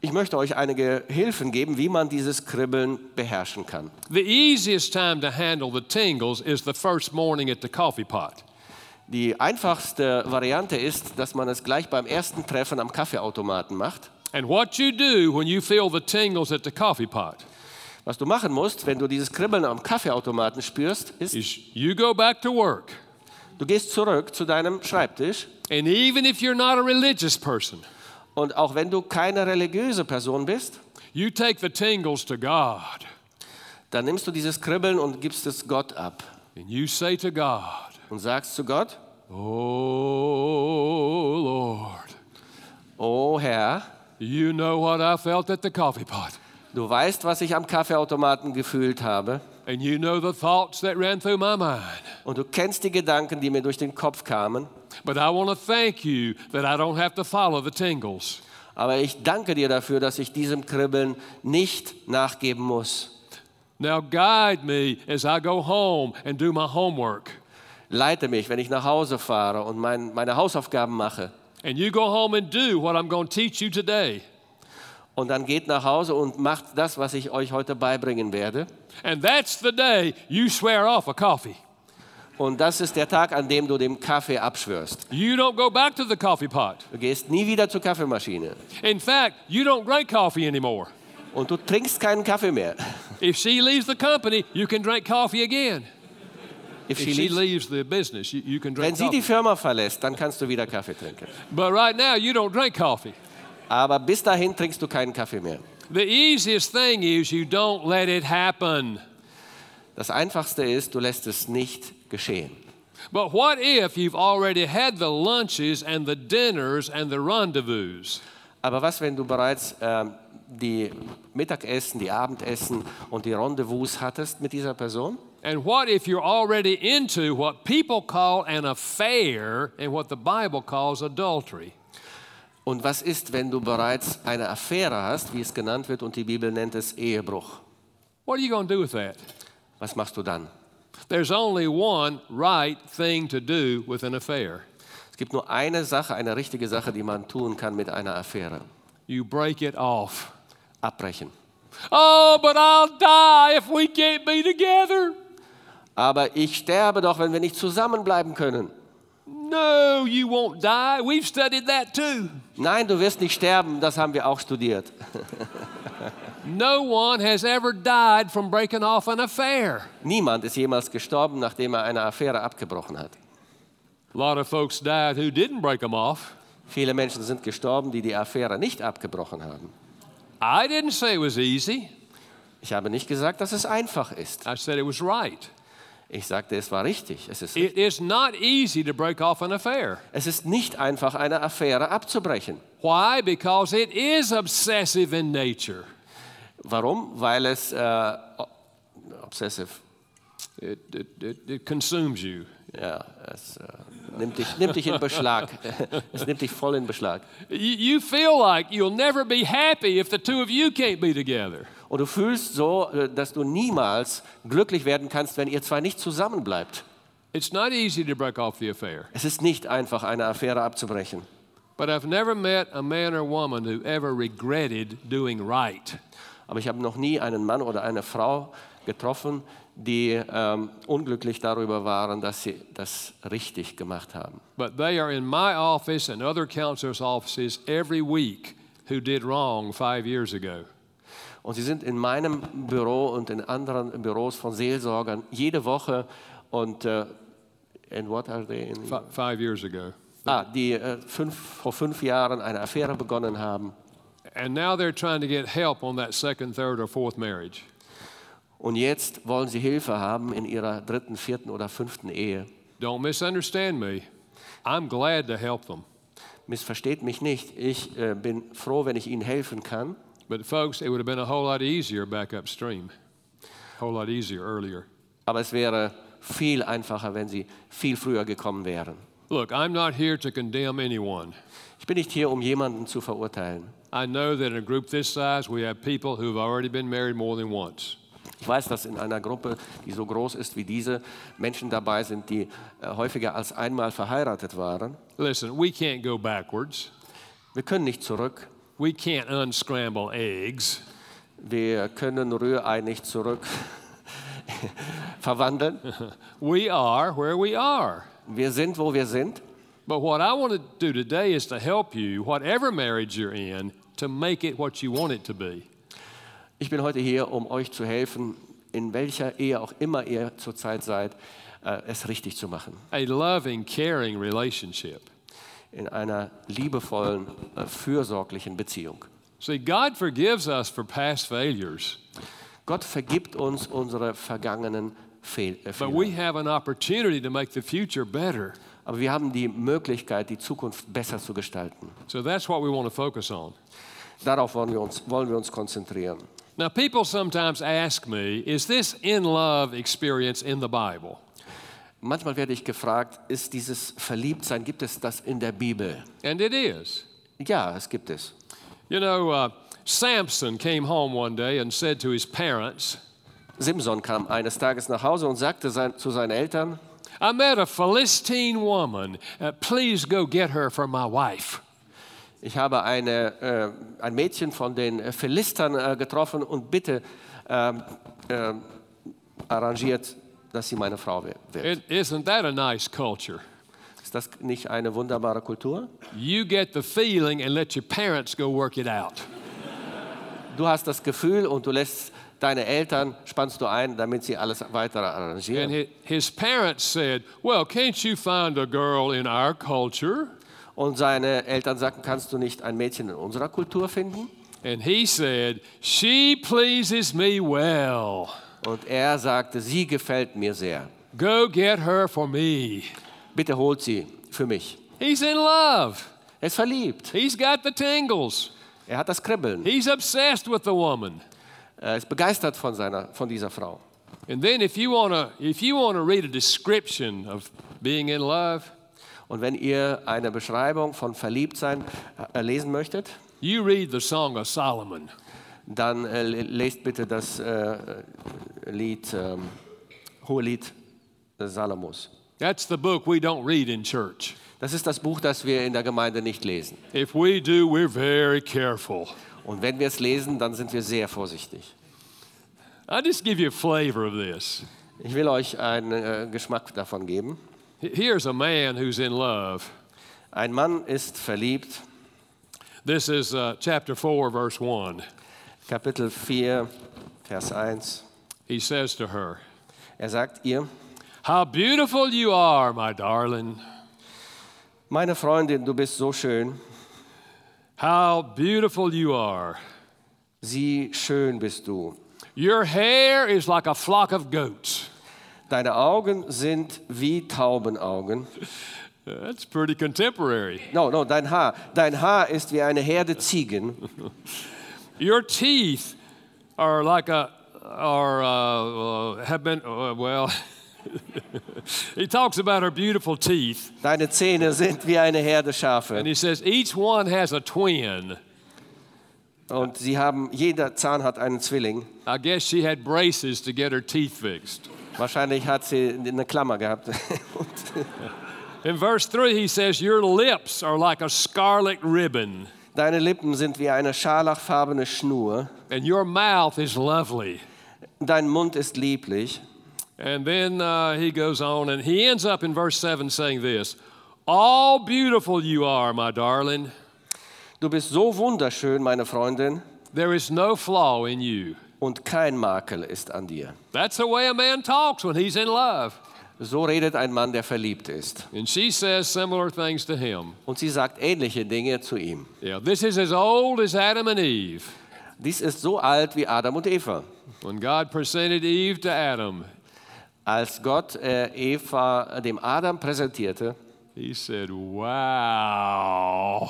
Speaker 2: Ich möchte euch einige Hilfen geben, wie man dieses Kribbeln beherrschen kann.
Speaker 1: The easiest time to handle the tingles is the first morning at the coffee pot.
Speaker 2: Die einfachste Variante ist, dass man es gleich beim ersten Treffen am Kaffeeautomaten macht.
Speaker 1: And what you do when you feel the tingles at the coffee pot
Speaker 2: Was du machen musst, wenn du dieses Kribbeln am Kaffeeautomaten spürst, ist,
Speaker 1: is you go back to work.
Speaker 2: du gehst zurück zu deinem Schreibtisch
Speaker 1: And even if you're not a religious person,
Speaker 2: und auch wenn du keine religiöse Person bist,
Speaker 1: you take the tingles to God
Speaker 2: dann nimmst du dieses Kribbeln und gibst es Gott ab
Speaker 1: and you say to God,
Speaker 2: und sagst zu Gott,
Speaker 1: Oh Lord,
Speaker 2: oh Herr,
Speaker 1: you know what I felt at the coffee pot.
Speaker 2: du weißt, was ich am Kaffeeautomaten gefühlt habe
Speaker 1: And you know the thoughts that ran through my mind.
Speaker 2: und du kennst die Gedanken, die mir durch den Kopf kamen,
Speaker 1: But I want to thank you that I don't have to follow the tingles.
Speaker 2: aber ich danke dir dafür, dass ich diesem Kribbeln nicht nachgeben muss.
Speaker 1: Now guide me as I go home and do my homework.
Speaker 2: Leite mich, wenn ich nach Hause fahre und mein, meine Hausaufgaben mache.
Speaker 1: And you go home and do what I'm going to teach you today.
Speaker 2: Und dann geht nach Hause und macht das, was ich euch heute beibringen werde.
Speaker 1: And that's the day you swear off a coffee.
Speaker 2: Und das ist der Tag, an dem du dem Kaffee abschwörst.
Speaker 1: You don't go back to the coffee pot.
Speaker 2: Du gehst nie wieder zur Kaffeemaschine.
Speaker 1: In fact, you don't drink coffee anymore.
Speaker 2: Und du trinkst keinen Kaffee mehr.
Speaker 1: If she leaves the company, you can drink coffee again.
Speaker 2: If
Speaker 1: If
Speaker 2: she
Speaker 1: she leaves
Speaker 2: leaves,
Speaker 1: the business, you, you can
Speaker 2: wenn
Speaker 1: drink
Speaker 2: sie die
Speaker 1: coffee.
Speaker 2: Firma verlässt, dann kannst du wieder Kaffee trinken.
Speaker 1: But right now, you don't drink coffee.
Speaker 2: Aber bis dahin trinkst du keinen Kaffee mehr.
Speaker 1: The easiest thing is you don't let it happen.
Speaker 2: Das Einfachste ist, du lässt es nicht geschehen.
Speaker 1: But what if you've already had the lunches and the dinners and the rendezvous?
Speaker 2: Aber was, wenn du bereits ähm, die Mittagessen, die Abendessen und die Rendezvous hattest mit dieser Person?
Speaker 1: And what if you're already into what people call an affair and what the Bible calls adultery?
Speaker 2: Und was ist, wenn du bereits eine Affäre hast, wie es genannt wird, und die Bibel nennt es Ehebruch?
Speaker 1: What are you going to do with that?
Speaker 2: Was machst du dann?
Speaker 1: There's only one right thing to do with an affair
Speaker 2: Es gibt nur eine Sache, eine richtige Sache, die man tun kann mit einer Affäre.
Speaker 1: you break it off.
Speaker 2: Abbrechen.
Speaker 1: Oh, but I'll die if we can't be together.
Speaker 2: Aber ich sterbe doch, wenn wir nicht zusammenbleiben können.
Speaker 1: No, you won't die. We've studied that too.
Speaker 2: Nein, du wirst nicht sterben, das haben wir auch studiert.
Speaker 1: No one has ever died from breaking off an affair.
Speaker 2: Niemand ist jemals gestorben, nachdem er eine Affäre abgebrochen hat.
Speaker 1: A lot of folks died who didn't break them off.
Speaker 2: Viele Menschen sind gestorben, die die Affäre nicht abgebrochen haben.
Speaker 1: I didn't say it was easy,
Speaker 2: Ich habe nicht gesagt, dass es einfach ist.
Speaker 1: I said it was right.
Speaker 2: Ich sagte, es war richtig. Es ist,
Speaker 1: It is not easy to break off an affair.
Speaker 2: es ist nicht einfach, eine Affäre abzubrechen.
Speaker 1: Why? Because it is obsessive in nature.
Speaker 2: Warum? Weil es äh, obsessiv,
Speaker 1: It, it, it, it consumes you.
Speaker 2: ja, es äh, nimmt, dich, nimmt dich in Beschlag. es nimmt dich voll in Beschlag.
Speaker 1: you. You feel like you'll never be happy if the two of you can't be together.
Speaker 2: Und du fühlst so, äh, dass du niemals glücklich werden kannst, wenn ihr zwei nicht zusammenbleibt.
Speaker 1: It's not easy to break off the affair.
Speaker 2: Es ist nicht einfach, eine Affäre abzubrechen.
Speaker 1: But I've never met a man or woman who ever regretted doing right.
Speaker 2: Aber ich habe noch nie einen Mann oder eine Frau getroffen, die ähm, unglücklich darüber waren, dass sie das richtig gemacht haben.
Speaker 1: But they are in my office and other counselors' offices every week who did wrong five years ago.
Speaker 2: Und sie sind in meinem Büro und in anderen Büros von Seelsorgern jede Woche und äh, and what are they in?
Speaker 1: Fi five years ago.
Speaker 2: Ah, die äh, fünf, vor fünf Jahren eine Affäre begonnen haben
Speaker 1: And now they're trying to get help on that second, third, or fourth marriage.
Speaker 2: und jetzt wollen sie Hilfe haben in ihrer dritten, vierten oder fünften Ehe.
Speaker 1: Don't misunderstand me. I'm glad to help them.
Speaker 2: Missversteht mich nicht, ich äh, bin froh, wenn ich ihnen helfen kann.
Speaker 1: But, folks, it would have been a whole lot easier back upstream, a whole lot easier earlier.
Speaker 2: Aber es wäre viel einfacher, wenn sie viel früher gekommen wären.
Speaker 1: Look, I'm not here to condemn anyone.
Speaker 2: Ich bin nicht hier, um jemanden zu verurteilen.
Speaker 1: I know that in a group this size, we have people who've already been married more than once.
Speaker 2: Ich weiß, dass in einer Gruppe, die so groß ist wie diese, Menschen dabei sind, die äh, häufiger als einmal verheiratet waren.
Speaker 1: Listen, we can't go backwards.
Speaker 2: Wir können nicht zurück.
Speaker 1: We can't unscramble eggs.
Speaker 2: Wir können Rührei nicht zurück verwandeln.
Speaker 1: We are where we are.
Speaker 2: Wir sind, wo wir sind.
Speaker 1: But what I want to do today is to help you, whatever marriage you're in, to make it what you want it to be.
Speaker 2: Ich bin heute hier, um euch zu helfen, in welcher Ehe auch immer ihr zurzeit seid, äh, es richtig zu machen.
Speaker 1: A loving, caring relationship.
Speaker 2: In einer liebevollen, äh, fürsorglichen Beziehung.
Speaker 1: See, God forgives us for past failures,
Speaker 2: Gott vergibt uns unsere vergangenen Fehl äh,
Speaker 1: but
Speaker 2: Fehler.
Speaker 1: we have an opportunity to make the future better.
Speaker 2: Aber wir haben die Möglichkeit, die Zukunft besser zu gestalten.
Speaker 1: So that's what we want to focus on.
Speaker 2: Darauf wollen wir uns, wollen wir uns konzentrieren.
Speaker 1: Now, people sometimes ask me, is this in love experience in the Bible?
Speaker 2: Manchmal werde ich gefragt, ist dieses Verliebtsein, gibt es das in der Bibel?
Speaker 1: And it is.
Speaker 2: Ja, es gibt es.
Speaker 1: You know, uh, Samson came home one day and said to his parents,
Speaker 2: Simson kam eines Tages nach Hause und sagte sein, zu seinen Eltern,
Speaker 1: I met a Philistine woman. Uh, please go get her for my wife.
Speaker 2: ich habe eine, äh, ein Mädchen von den äh, Philistern äh, getroffen und bitte ähm, ähm, arrangiert, dass sie meine Frau wi- wird.
Speaker 1: It, isn't that a nice culture?
Speaker 2: Ist das nicht eine wunderbare Kultur?
Speaker 1: You get the feeling and let your parents go work it out.
Speaker 2: Du hast das Gefühl und du lässt deine Eltern, spannst du ein, damit sie alles weitere
Speaker 1: And
Speaker 2: arrangieren.
Speaker 1: hi- his parents said, Well, can't you find a girl in our culture?
Speaker 2: Und seine Eltern sagten, kannst du nicht ein Mädchen in unserer Kultur finden?
Speaker 1: And he said, She pleases me well.
Speaker 2: Und er sagte, sie gefällt mir sehr.
Speaker 1: Go get her for me.
Speaker 2: Bitte holt sie für mich.
Speaker 1: He's in love.
Speaker 2: Er ist verliebt.
Speaker 1: He's got the tingles.
Speaker 2: Er hat das Kribbeln.
Speaker 1: He's obsessed with the woman.
Speaker 2: Er ist begeistert von, seiner, von dieser Frau.
Speaker 1: And then if you want to if you want to read a description of being in love,
Speaker 2: Und wenn ihr eine Beschreibung von Verliebtsein äh, lesen möchtet,
Speaker 1: you read the Song of Solomon.
Speaker 2: dann äh, le- lest bitte das äh, Lied, ähm, Hohelied Salomos.
Speaker 1: That's the book we don't read in church.
Speaker 2: Das ist das Buch, das wir in der Gemeinde nicht lesen.
Speaker 1: If we do, we're very careful.
Speaker 2: Und wenn wir es lesen, dann sind wir sehr vorsichtig.
Speaker 1: I'll just give you a flavor of this.
Speaker 2: Ich will euch einen äh, Geschmack davon geben.
Speaker 1: H- Here's a man who's in love.
Speaker 2: Ein Mann ist verliebt,
Speaker 1: This is uh, chapter 4, verse 1.
Speaker 2: Kapitel 4, Vers 1.
Speaker 1: He says to her,
Speaker 2: Er sagt ihr,
Speaker 1: How beautiful you are, my darling.
Speaker 2: meine Freundin, du bist so schön,
Speaker 1: How beautiful you are.
Speaker 2: sie schön bist du.
Speaker 1: Your hair is like a flock of goats.
Speaker 2: Deine Augen sind wie Taubenaugen.
Speaker 1: That's pretty contemporary.
Speaker 2: No, no, dein Haar. Dein Haar ist wie eine Herde Ziegen.
Speaker 1: Your teeth are like a are uh, uh, have been uh, well. he talks about her beautiful teeth,
Speaker 2: Deine Zähne sind wie eine Herde Schafe.
Speaker 1: and he says each one has a twin.
Speaker 2: Und sie haben, jeder Zahn hat einen Zwilling.
Speaker 1: I guess she had braces to get her teeth fixed.
Speaker 2: Wahrscheinlich hat sie eine Klammer gehabt. Und
Speaker 1: In verse three, he says, "Your lips are like a scarlet ribbon,
Speaker 2: deine Lippen sind wie eine scharlachfarbene Schnur.
Speaker 1: and your mouth is lovely."
Speaker 2: Dein Mund ist lieblich.
Speaker 1: And then uh, he goes on, and he ends up in verse seven saying this: "All beautiful you are, my darling.
Speaker 2: Du bist so wunderschön, meine Freundin,
Speaker 1: There is no flaw in you."
Speaker 2: und kein Makel ist an dir.
Speaker 1: That's the way a man talks when he's in love.
Speaker 2: So redet ein Mann, der verliebt ist.
Speaker 1: And she says similar things to him.
Speaker 2: Und sie sagt ähnliche Dinge zu ihm.
Speaker 1: Yeah, this is as old as Adam and Eve.
Speaker 2: Dies ist so alt wie Adam und Eva.
Speaker 1: When God presented Eve to Adam,
Speaker 2: Als Gott äh, Eva äh, dem Adam präsentierte,
Speaker 1: he said, Wow,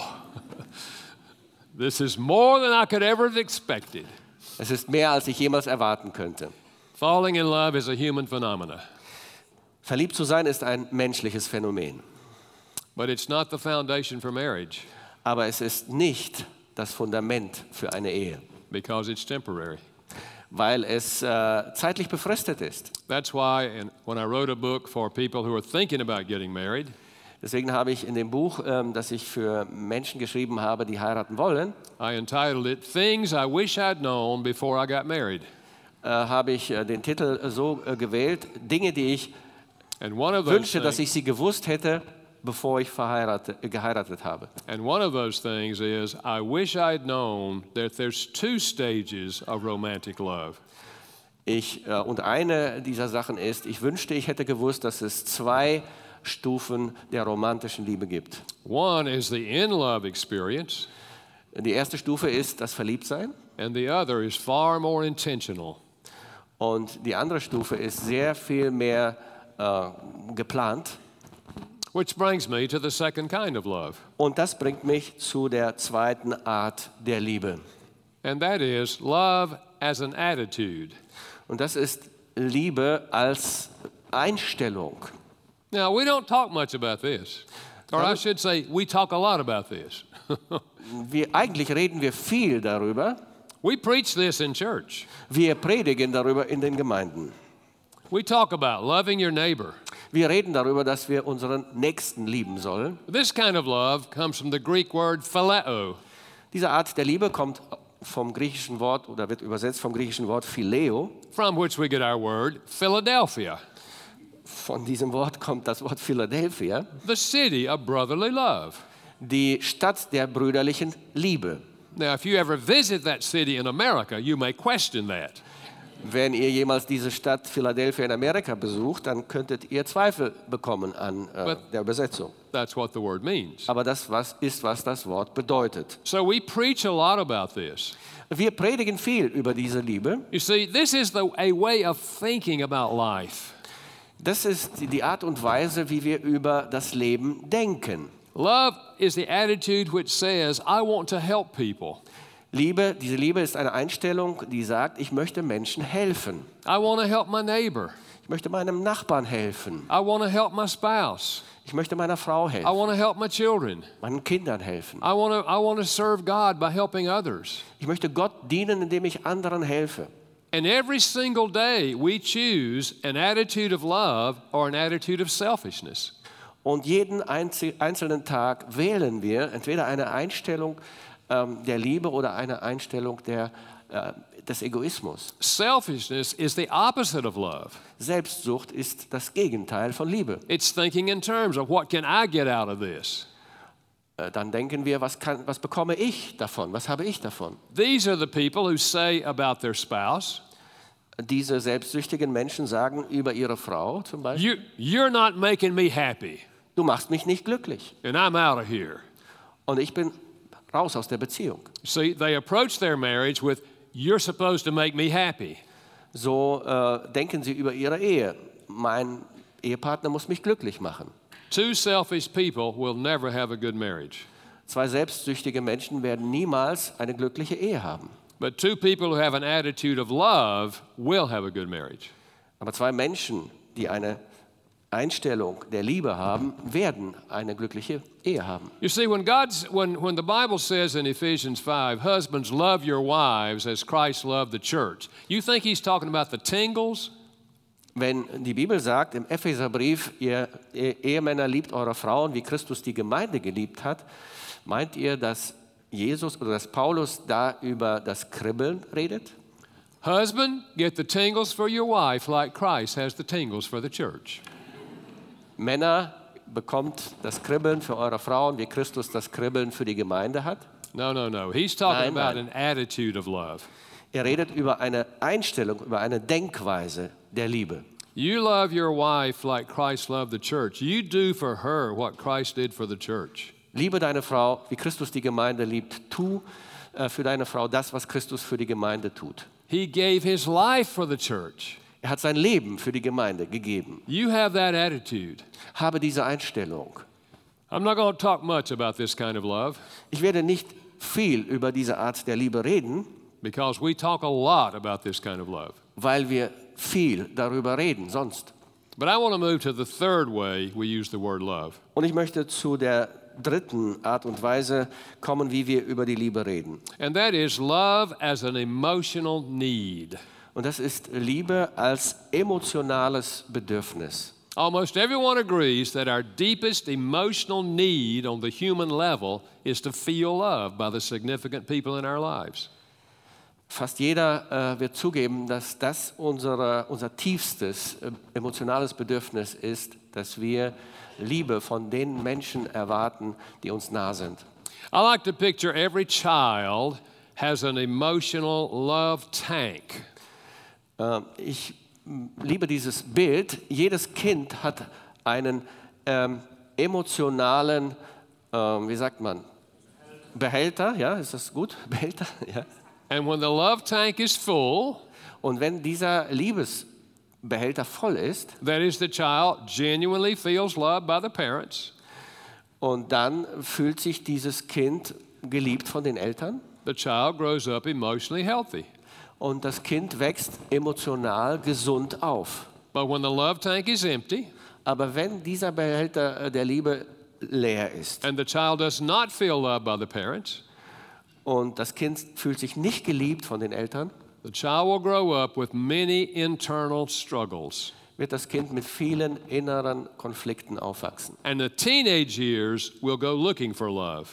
Speaker 1: this is more than I could ever have expected.
Speaker 2: es ist mehr, als ich jemals erwarten könnte.
Speaker 1: Falling in love is a human phenomena.
Speaker 2: Verliebt zu sein ist ein menschliches Phänomen.
Speaker 1: But it's not the foundation for marriage
Speaker 2: Aber es ist nicht das Fundament für eine Ehe,
Speaker 1: because it's temporary.
Speaker 2: weil es äh, zeitlich befristet ist.
Speaker 1: That's why and when I wrote a book for people who are thinking about getting married,
Speaker 2: Deswegen habe ich in dem Buch, ähm, das ich für Menschen geschrieben habe, die heiraten wollen,
Speaker 1: I entitled it Things I Wish I'd Known Before I Got Married.
Speaker 2: äh, habe ich äh, den Titel so äh, gewählt, Dinge, die ich
Speaker 1: And one of those
Speaker 2: wünsche, dass
Speaker 1: things-
Speaker 2: ich sie gewusst hätte, bevor ich verheiratet, äh, geheiratet habe.
Speaker 1: and one of those things is I wish I'd known that there's two stages of romantic love.
Speaker 2: Ich, äh, und eine dieser Sachen ist, ich wünschte, ich hätte gewusst, dass es zwei Stufen der romantischen Liebe gibt.
Speaker 1: One is the in love experience,
Speaker 2: Die erste Stufe ist das Verliebtsein
Speaker 1: and the other is far more intentional.
Speaker 2: und die andere Stufe ist sehr viel mehr äh, geplant.
Speaker 1: Which brings me to the second kind of love,
Speaker 2: Und das bringt mich zu der zweiten Art der Liebe.
Speaker 1: and that is love as an attitude.
Speaker 2: Und das ist Liebe als Einstellung.
Speaker 1: Now, we don't talk much about this, or I should say, we talk a lot about this.
Speaker 2: Wir, eigentlich reden wir viel darüber.
Speaker 1: We preach this in church.
Speaker 2: Wir predigen darüber in den Gemeinden.
Speaker 1: We talk about loving your neighbor.
Speaker 2: Wir reden darüber, dass wir unseren Nächsten lieben sollen.
Speaker 1: This kind of love comes from the Greek word phileo,
Speaker 2: Diese Art der Liebe kommt vom griechischen Wort oder wird übersetzt vom griechischen Wort Phileo.
Speaker 1: from which we get our word Philadelphia,
Speaker 2: Von diesem Wort kommt das Wort Philadelphia,
Speaker 1: the city of brotherly love.
Speaker 2: die Stadt der brüderlichen Liebe.
Speaker 1: Now, if you ever visit that city in America, you may question that.
Speaker 2: Wenn ihr jemals diese Stadt Philadelphia in Amerika besucht, dann könntet ihr Zweifel bekommen an äh,
Speaker 1: But-
Speaker 2: der Übersetzung.
Speaker 1: That's what the word means.
Speaker 2: Aber das was ist, was das Wort bedeutet.
Speaker 1: So we preach a lot about this.
Speaker 2: Wir predigen viel über diese Liebe.
Speaker 1: You see, this is the, a way of thinking about life.
Speaker 2: Das ist die- die Art und Weise, wie wir über das Leben denken.
Speaker 1: Love is the attitude which says, I want to help people.
Speaker 2: Liebe, diese Liebe ist eine Einstellung, die sagt, ich möchte Menschen helfen.
Speaker 1: I want to help my neighbor.
Speaker 2: Ich möchte meinem Nachbarn helfen.
Speaker 1: I want to help my spouse.
Speaker 2: Ich möchte meiner Frau
Speaker 1: I
Speaker 2: helfen,
Speaker 1: want to help my children.
Speaker 2: meinen Kindern helfen.
Speaker 1: I want to I want to serve God by helping others.
Speaker 2: Ich möchte Gott dienen, indem ich anderen helfe.
Speaker 1: And every single day we choose an attitude of love or an attitude of selfishness.
Speaker 2: Und jeden einzel- einzelnen Tag wählen wir entweder eine Einstellung ähm, der Liebe oder eine Einstellung der, äh, des Egoismus.
Speaker 1: Selfishness is the opposite of love.
Speaker 2: Selbstsucht ist das Gegenteil von Liebe.
Speaker 1: It's thinking in terms of what can I get out of this?
Speaker 2: Äh, dann denken wir, was, kann, was bekomme ich davon? Was habe ich davon?
Speaker 1: These are the people who say about their spouse,
Speaker 2: Diese selbstsüchtigen Menschen sagen über ihre Frau zum Beispiel,
Speaker 1: you, you're not making me happy
Speaker 2: du machst mich nicht glücklich
Speaker 1: and I'm out of here.
Speaker 2: und ich bin raus aus der Beziehung.
Speaker 1: See, they approach their marriage with, you're supposed to make me happy.
Speaker 2: So äh, denken sie über ihre Ehe. Mein Ehepartner muss mich glücklich machen.
Speaker 1: Two selfish people will never have a good marriage.
Speaker 2: Zwei selbstsüchtige Menschen werden niemals eine glückliche Ehe haben.
Speaker 1: But two people who have an attitude of love will have a good marriage.
Speaker 2: Aber zwei Menschen, die eine Einstellung der Liebe haben, werden eine glückliche Ehe haben.
Speaker 1: You see, when, God's, when, when the Bible says in Ephesians 5, husbands, love your wives as Christ loved the church, you think he's talking about the tingles?
Speaker 2: Wenn die Bibel sagt im Epheserbrief, ihr E- Ehemänner liebt eure Frauen, wie Christus die Gemeinde geliebt hat, meint ihr, dass Jesus oder dass Paulus da über das Kribbeln redet?
Speaker 1: Husband, get the tingles for your wife like Christ has the tingles for the church.
Speaker 2: Männer bekommt das Kribbeln für eure Frauen, wie Christus das Kribbeln für die Gemeinde hat?
Speaker 1: No, no, no. He's talking
Speaker 2: Nein,
Speaker 1: about
Speaker 2: nein.
Speaker 1: an attitude of love.
Speaker 2: Er redet über eine Einstellung, über eine Denkweise der Liebe.
Speaker 1: You love your wife like Christ loved the church. You do for her what Christ did for the church.
Speaker 2: Liebe deine Frau, wie Christus die Gemeinde liebt, tu äh, für deine Frau das, was Christus für die Gemeinde tut.
Speaker 1: He gave his life for the church.
Speaker 2: Er hat sein Leben für die Gemeinde gegeben.
Speaker 1: You have that attitude.
Speaker 2: Habe diese Einstellung.
Speaker 1: I'm not going to talk much about this kind of love
Speaker 2: Ich werde nicht viel über diese Art der Liebe reden,
Speaker 1: because we talk a lot about this kind of love.
Speaker 2: weil wir viel darüber reden sonst.
Speaker 1: But I want to move to the third way we use the word love.
Speaker 2: Und ich möchte zu der dritten Art und Weise kommen, wie wir über die Liebe reden.
Speaker 1: And that is love as an emotional need.
Speaker 2: Und das ist Liebe als emotionales Bedürfnis.
Speaker 1: Almost everyone agrees that our deepest emotional need on the human level is to feel loved by the significant people in our lives.
Speaker 2: Fast jeder äh, wird zugeben, dass das unsere, unser tiefstes äh, emotionales Bedürfnis ist, dass wir Liebe von den Menschen erwarten, die uns nah sind.
Speaker 1: I like to picture every child has an emotional love tank.
Speaker 2: Ähm, ich m, liebe dieses Bild. Jedes Kind hat einen ähm, emotionalen, ähm, wie sagt man, Behälter. Ja, ist das gut? Behälter. Ja.
Speaker 1: And when the love tank is full,
Speaker 2: Und wenn dieser Liebesbehälter voll ist,
Speaker 1: that is, the child genuinely feels loved by the parents,
Speaker 2: und dann fühlt sich dieses Kind geliebt von den Eltern
Speaker 1: the child grows up emotionally healthy.
Speaker 2: und das Kind wächst emotional gesund auf.
Speaker 1: But when the love tank is empty
Speaker 2: Aber wenn dieser Behälter äh, der Liebe leer ist
Speaker 1: and the child does not feel loved by the parents,
Speaker 2: und das Kind fühlt sich nicht geliebt von den Eltern,
Speaker 1: the child will grow up with many internal struggles.
Speaker 2: wird das Kind mit vielen inneren Konflikten aufwachsen.
Speaker 1: And the teenage years will go looking for love,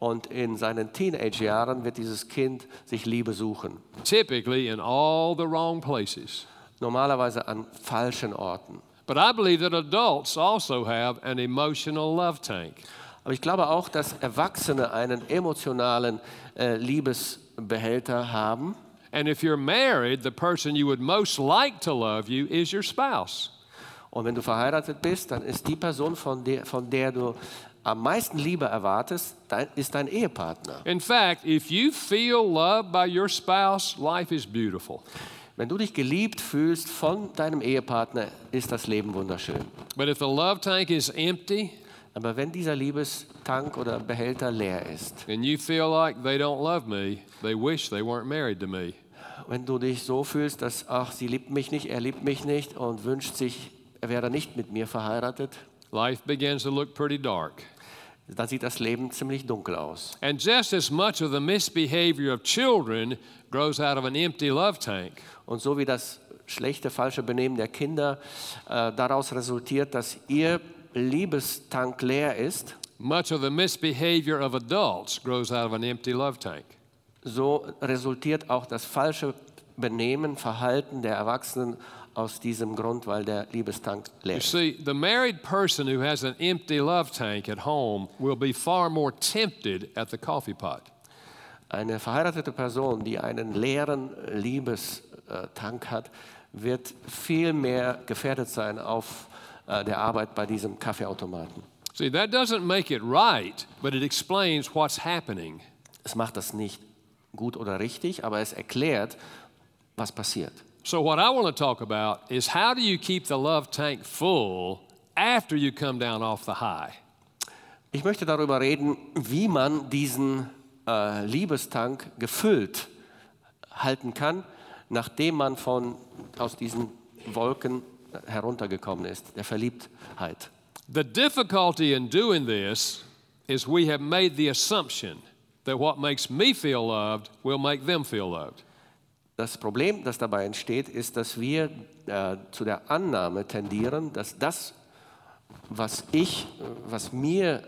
Speaker 2: Und in seinen Teenage-Jahren wird dieses Kind sich Liebe suchen.
Speaker 1: typically in all the wrong places.
Speaker 2: Normalerweise an falschen Orten.
Speaker 1: But I believe that adults also have an emotional love tank.
Speaker 2: Aber ich glaube auch, dass Erwachsene einen emotionalen äh, Liebesbehälter haben.
Speaker 1: And if you're married, the person you would most like to love you is your spouse.
Speaker 2: Und wenn du verheiratet bist, dann ist die Person, von der, von der du am meisten Liebe erwartest, dein, ist dein Ehepartner.
Speaker 1: In fact, if you feel loved by your spouse, life is beautiful.
Speaker 2: Wenn du dich geliebt fühlst von deinem Ehepartner, ist das Leben wunderschön.
Speaker 1: But if the love tank is empty
Speaker 2: Aber wenn dieser Liebestank oder Behälter leer ist,
Speaker 1: and you feel like they don't love me, they wish they weren't married to me.
Speaker 2: wenn du dich so fühlst, dass, ach, sie liebt mich nicht, er liebt mich nicht und wünscht sich, er wäre nicht mit mir verheiratet,
Speaker 1: Life begins to look pretty dark.
Speaker 2: dann sieht das Leben ziemlich dunkel aus.
Speaker 1: And just as much of the misbehavior of children grows out of an empty love tank,
Speaker 2: Und so wie das schlechte, falsche Benehmen der Kinder äh, daraus resultiert, dass ihr Liebestank leer ist,
Speaker 1: much of the misbehavior of adults grows out of an empty love tank.
Speaker 2: so resultiert auch das falsche Benehmen, Verhalten der Erwachsenen aus diesem Grund, weil der Liebestank leer
Speaker 1: You
Speaker 2: ist.
Speaker 1: see, the married person who has an empty love tank at home will be far more tempted at the coffee pot.
Speaker 2: Eine verheiratete Person, die einen leeren Liebestank hat, wird viel mehr gefährdet sein auf äh, der Arbeit bei diesem Kaffeeautomaten.
Speaker 1: See, that doesn't make it right, but it explains what's happening.
Speaker 2: Es macht das nicht gut oder richtig, aber es erklärt, was passiert.
Speaker 1: So, what I want to talk about is how do you keep the love tank full after you come down off the high?
Speaker 2: Ich möchte darüber reden, wie man diesen äh, Liebestank gefüllt halten kann, nachdem man von, aus diesen Wolken heruntergekommen ist, der Verliebtheit.
Speaker 1: The difficulty in doing this is we have made the assumption that what makes me feel loved will make them feel loved.
Speaker 2: Das Problem, das dabei entsteht, ist, dass wir äh, zu der Annahme tendieren, dass das, was ich, äh, was mir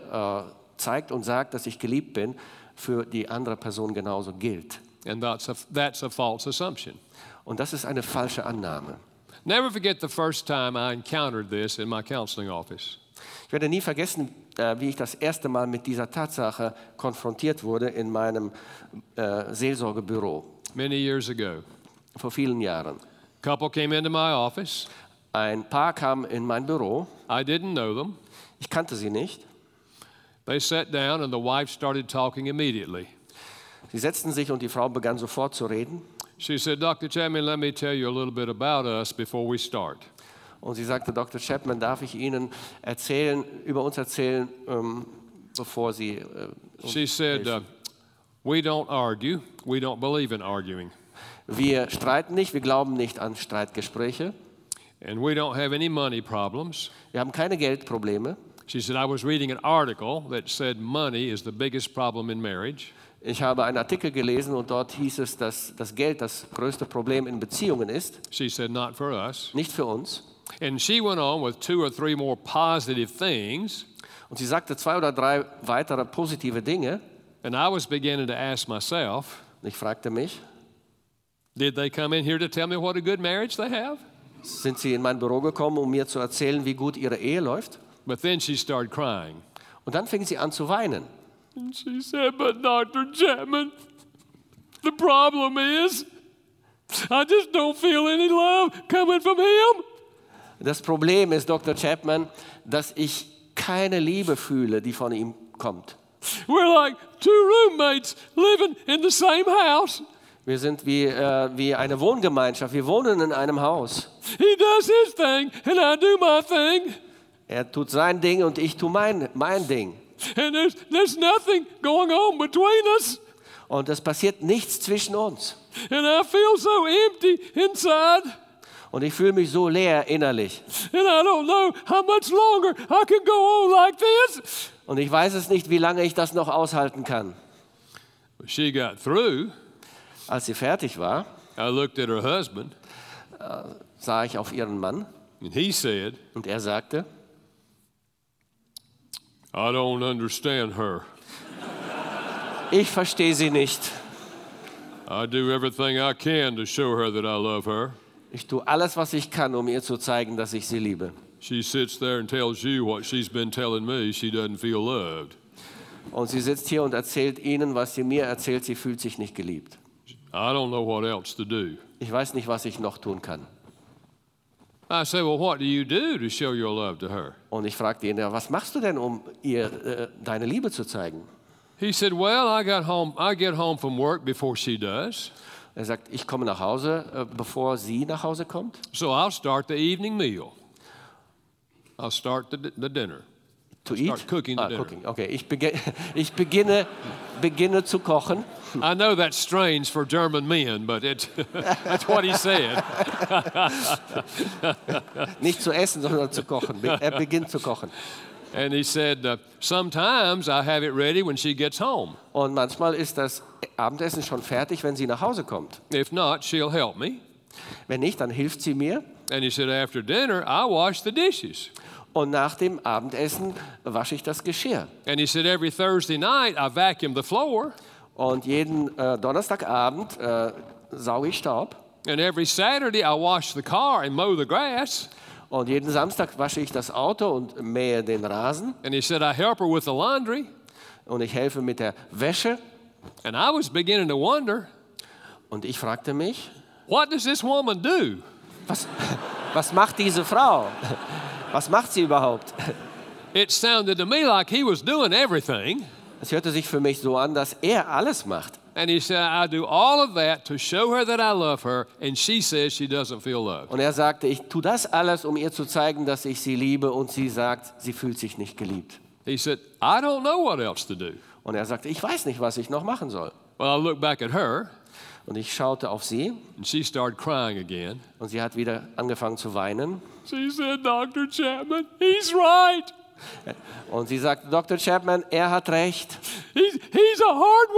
Speaker 2: äh, zeigt und sagt, dass ich geliebt bin, für die andere Person genauso gilt.
Speaker 1: And that's a, that's a false assumption.
Speaker 2: Und das ist eine falsche Annahme.
Speaker 1: Never forget the first time I encountered this in my counseling office.
Speaker 2: Ich werde nie vergessen, äh, wie ich das erste Mal mit dieser Tatsache konfrontiert wurde in meinem äh, Seelsorgebüro
Speaker 1: many years ago.
Speaker 2: vor vielen Jahren.
Speaker 1: A couple came into my office.
Speaker 2: Ein Paar kam in mein Büro,
Speaker 1: I didn't know them.
Speaker 2: ich kannte sie nicht.
Speaker 1: They sat down and the wife started talking immediately.
Speaker 2: Sie setzten sich und die Frau begann sofort zu reden.
Speaker 1: She said, Dr. Chapman, let me tell you a little bit about us before we start.
Speaker 2: Und sie sagte, Dr. Chapman, darf ich Ihnen erzählen, über uns erzählen, ähm, bevor Sie... Äh,
Speaker 1: She said, uh, We don't argue. We don't believe in arguing.
Speaker 2: wir streiten nicht, wir glauben nicht an Streitgespräche.
Speaker 1: and we don't have any money problems.
Speaker 2: Wir haben keine Geldprobleme.
Speaker 1: She said, I was reading an article that said money is the biggest problem in marriage.
Speaker 2: Ich habe einen Artikel gelesen und dort hieß es, dass das Geld das größte Problem in Beziehungen ist,
Speaker 1: She said, Not for us.
Speaker 2: nicht für uns.
Speaker 1: And she went on with two or three more positive things.
Speaker 2: Und sie sagte zwei oder drei weitere positive Dinge.
Speaker 1: And I was beginning to ask myself,
Speaker 2: Und ich fragte mich,
Speaker 1: Did they come in here to tell me what a good marriage they have?
Speaker 2: sind Sie in mein Büro gekommen, um mir zu erzählen, wie gut Ihre Ehe läuft?
Speaker 1: But then she started crying.
Speaker 2: Und dann fing sie an zu weinen.
Speaker 1: And she said, But Dr. Chapman, the problem is I just don't feel any love coming from him.
Speaker 2: Das Problem ist, Dr. Chapman, dass ich keine Liebe fühle, die von ihm kommt.
Speaker 1: We're like two roommates living in the same house.
Speaker 2: Wir sind wie, äh, wie eine Wohngemeinschaft. Wir wohnen in einem Haus.
Speaker 1: He does his thing, and I do my thing.
Speaker 2: Er tut sein Ding und ich tue mein, mein Ding.
Speaker 1: And there's, there's nothing going on between us.
Speaker 2: Und es passiert nichts zwischen uns.
Speaker 1: And I feel so empty inside.
Speaker 2: Und ich fühle mich so leer innerlich.
Speaker 1: And I don't know how much longer I can go on like this.
Speaker 2: Und ich weiß es nicht, wie lange ich das noch aushalten kann.
Speaker 1: She got through.
Speaker 2: Als sie fertig war,
Speaker 1: I looked at her husband,
Speaker 2: sah ich auf ihren Mann
Speaker 1: and he said,
Speaker 2: und er sagte,
Speaker 1: I don't understand her.
Speaker 2: ich verstehe sie nicht.
Speaker 1: I do everything I can to show her that I love her.
Speaker 2: Ich tue alles, was ich kann, um ihr zu zeigen, dass ich sie liebe.
Speaker 1: She sits there and tells you what she's been telling me she doesn't feel loved.
Speaker 2: Und sie sitzt hier und erzählt ihnen, was sie mir erzählt, sie fühlt sich nicht geliebt.
Speaker 1: I don't know what else to do.
Speaker 2: Ich weiß nicht, was ich noch tun kann.
Speaker 1: I say, Well, what do you do to show your love to her?
Speaker 2: Und ich fragte ihn, ja, was machst du denn, um ihr äh, deine Liebe zu zeigen?
Speaker 1: He said, Well, I got home I get home from work before she does.
Speaker 2: Er sagt, ich komme nach Hause, äh, bevor sie nach Hause kommt.
Speaker 1: So I'll start the evening meal. I'll start the, the dinner.
Speaker 2: To
Speaker 1: Start cooking the
Speaker 2: ah,
Speaker 1: dinner.
Speaker 2: cooking. Okay, ich, bege ich beginne, beginne zu kochen.
Speaker 1: I know that's strange for German men, but it, that's what he said.
Speaker 2: Nicht zu essen, sondern zu kochen. Be er beginnt zu kochen.
Speaker 1: And he said, uh, Sometimes I have it ready when she gets home.
Speaker 2: Und manchmal ist das Abendessen schon fertig, wenn sie nach Hause kommt.
Speaker 1: If not, she'll help me.
Speaker 2: Wenn nicht, dann hilft sie mir.
Speaker 1: And he said, After dinner, I wash the dishes.
Speaker 2: Und nach dem Abendessen wasche ich das Geschirr.
Speaker 1: And he said, Every Thursday night, I vacuum the floor.
Speaker 2: Und jeden äh, Donnerstagabend äh, sauge ich Staub.
Speaker 1: And every Saturday, I wash the car and mow the grass.
Speaker 2: Und jeden Samstag wasche ich das Auto und mähe den Rasen.
Speaker 1: And he said, I help her with the laundry.
Speaker 2: Und ich helfe mit der Wäsche.
Speaker 1: And I was beginning to wonder,
Speaker 2: Und ich fragte mich,
Speaker 1: What does this woman do?
Speaker 2: was, was macht diese Frau? Was macht sie überhaupt?
Speaker 1: It sounded to me like he was doing everything.
Speaker 2: Es hörte sich für mich so an, dass er alles macht.
Speaker 1: And he said, I do all of that to show her that I love her. And she says she doesn't feel loved.
Speaker 2: Und er sagte, ich tue das alles, um ihr zu zeigen, dass ich sie liebe. Und sie sagt, sie fühlt sich nicht geliebt.
Speaker 1: He said, I don't know what else to do.
Speaker 2: Und er sagte, ich weiß nicht, was ich noch machen soll.
Speaker 1: Well, I looked back at her,
Speaker 2: Und ich schaute auf sie
Speaker 1: and she started crying again.
Speaker 2: und sie hat wieder angefangen zu weinen.
Speaker 1: She said, Dr. Chapman, he's right.
Speaker 2: Und sie sagt, Dr. Chapman, er hat recht.
Speaker 1: He's, he's a hard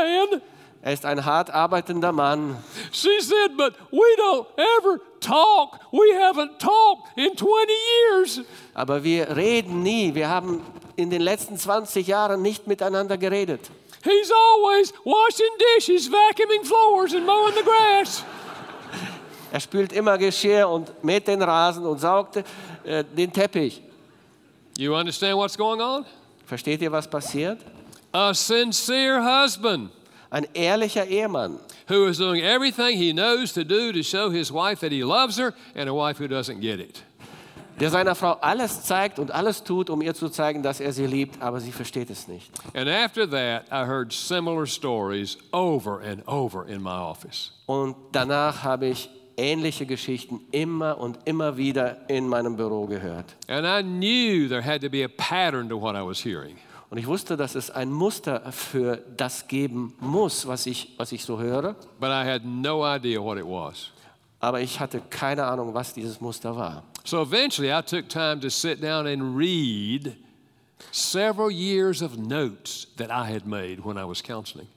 Speaker 1: working man.
Speaker 2: Er ist ein hart arbeitender Mann.
Speaker 1: She said, but we don't ever talk. We haven't talked in 20 years.
Speaker 2: Aber wir reden nie. Wir haben in den letzten 20 Jahren nicht miteinander geredet.
Speaker 1: He's always washing dishes, vacuuming floors, and mowing the grass.
Speaker 2: Er spült immer Geschirr und mäht den Rasen und saugt äh, den Teppich.
Speaker 1: You understand what's going on?
Speaker 2: Versteht ihr, was passiert?
Speaker 1: A sincere husband
Speaker 2: Ein ehrlicher Ehemann,
Speaker 1: who is doing everything he knows to do to show his wife that he loves her and a wife who doesn't get it.
Speaker 2: der seiner Frau alles zeigt und alles tut, um ihr zu zeigen, dass er sie liebt, aber sie versteht es nicht.
Speaker 1: And after that, I heard similar stories over and over in my office.
Speaker 2: Und danach habe ich ähnliche Geschichten immer und immer wieder in meinem Büro gehört.
Speaker 1: And I knew there had to be a pattern to what I was hearing.
Speaker 2: Und ich wusste, dass es ein Muster für das geben muss, was ich, was ich so höre,
Speaker 1: But I had no idea what it was.
Speaker 2: aber ich hatte keine Ahnung, was dieses Muster war.
Speaker 1: So eventually, I took time to sit down and read several years of notes that I had made when I was counseling.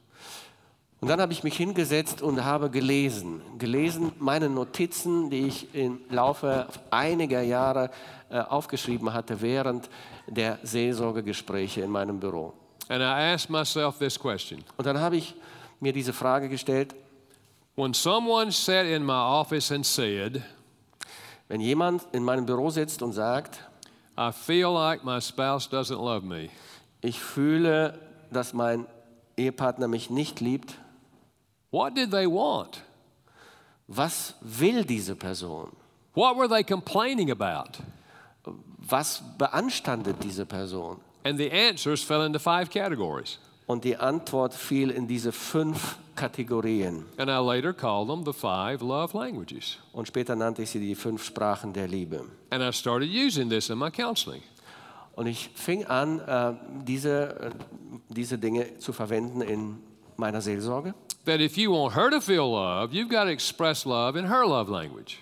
Speaker 2: Und dann habe ich mich hingesetzt und habe gelesen. Gelesen meine Notizen, die ich im Laufe einiger Jahre äh, aufgeschrieben hatte während der Seelsorgegespräche in meinem Büro.
Speaker 1: And I asked myself this question
Speaker 2: Und dann habe ich mir diese Frage gestellt,
Speaker 1: When someone sat in my office and said,
Speaker 2: wenn jemand in meinem Büro sitzt und sagt,
Speaker 1: I feel like my spouse doesn't love me,
Speaker 2: ich fühle, dass mein Ehepartner mich nicht liebt,
Speaker 1: what did they want?
Speaker 2: was will diese Person?
Speaker 1: What were they complaining about?
Speaker 2: Was beanstandet diese Person?
Speaker 1: And the answers fell into five categories.
Speaker 2: Und die Antwort fiel in diese fünf Kategorien.
Speaker 1: And I later called them the five love languages.
Speaker 2: Und später nannte ich sie die fünf Sprachen der Liebe.
Speaker 1: And I started using this in my counseling.
Speaker 2: Und ich fing an, äh, diese, äh, diese Dinge zu verwenden in meiner Seelsorge.
Speaker 1: That if you want her to feel love, you've got to express love in her love language.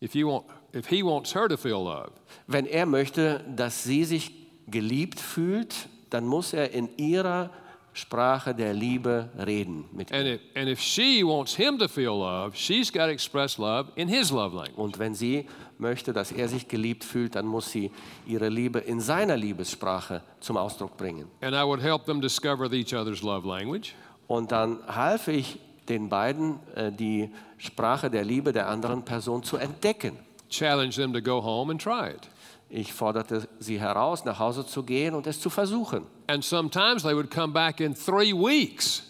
Speaker 1: If, you want, if he wants her to feel love,
Speaker 2: Wenn er möchte, dass sie sich geliebt fühlt, dann muss er in ihrer Sprache der Liebe reden. Mit
Speaker 1: and if, and if she wants him to feel love, she's got to express love in his love language.
Speaker 2: Und wenn sie möchte, dass er sich geliebt fühlt, dann muss sie ihre Liebe in seiner Liebessprache zum Ausdruck bringen.
Speaker 1: And I would help them discover each other's love language.
Speaker 2: Und dann half ich den beiden, äh, die Sprache der Liebe der anderen Person zu entdecken.
Speaker 1: challenge them to go home and try it.
Speaker 2: Ich forderte sie heraus, nach Hause zu gehen und es zu versuchen.
Speaker 1: And sometimes they would come back in three weeks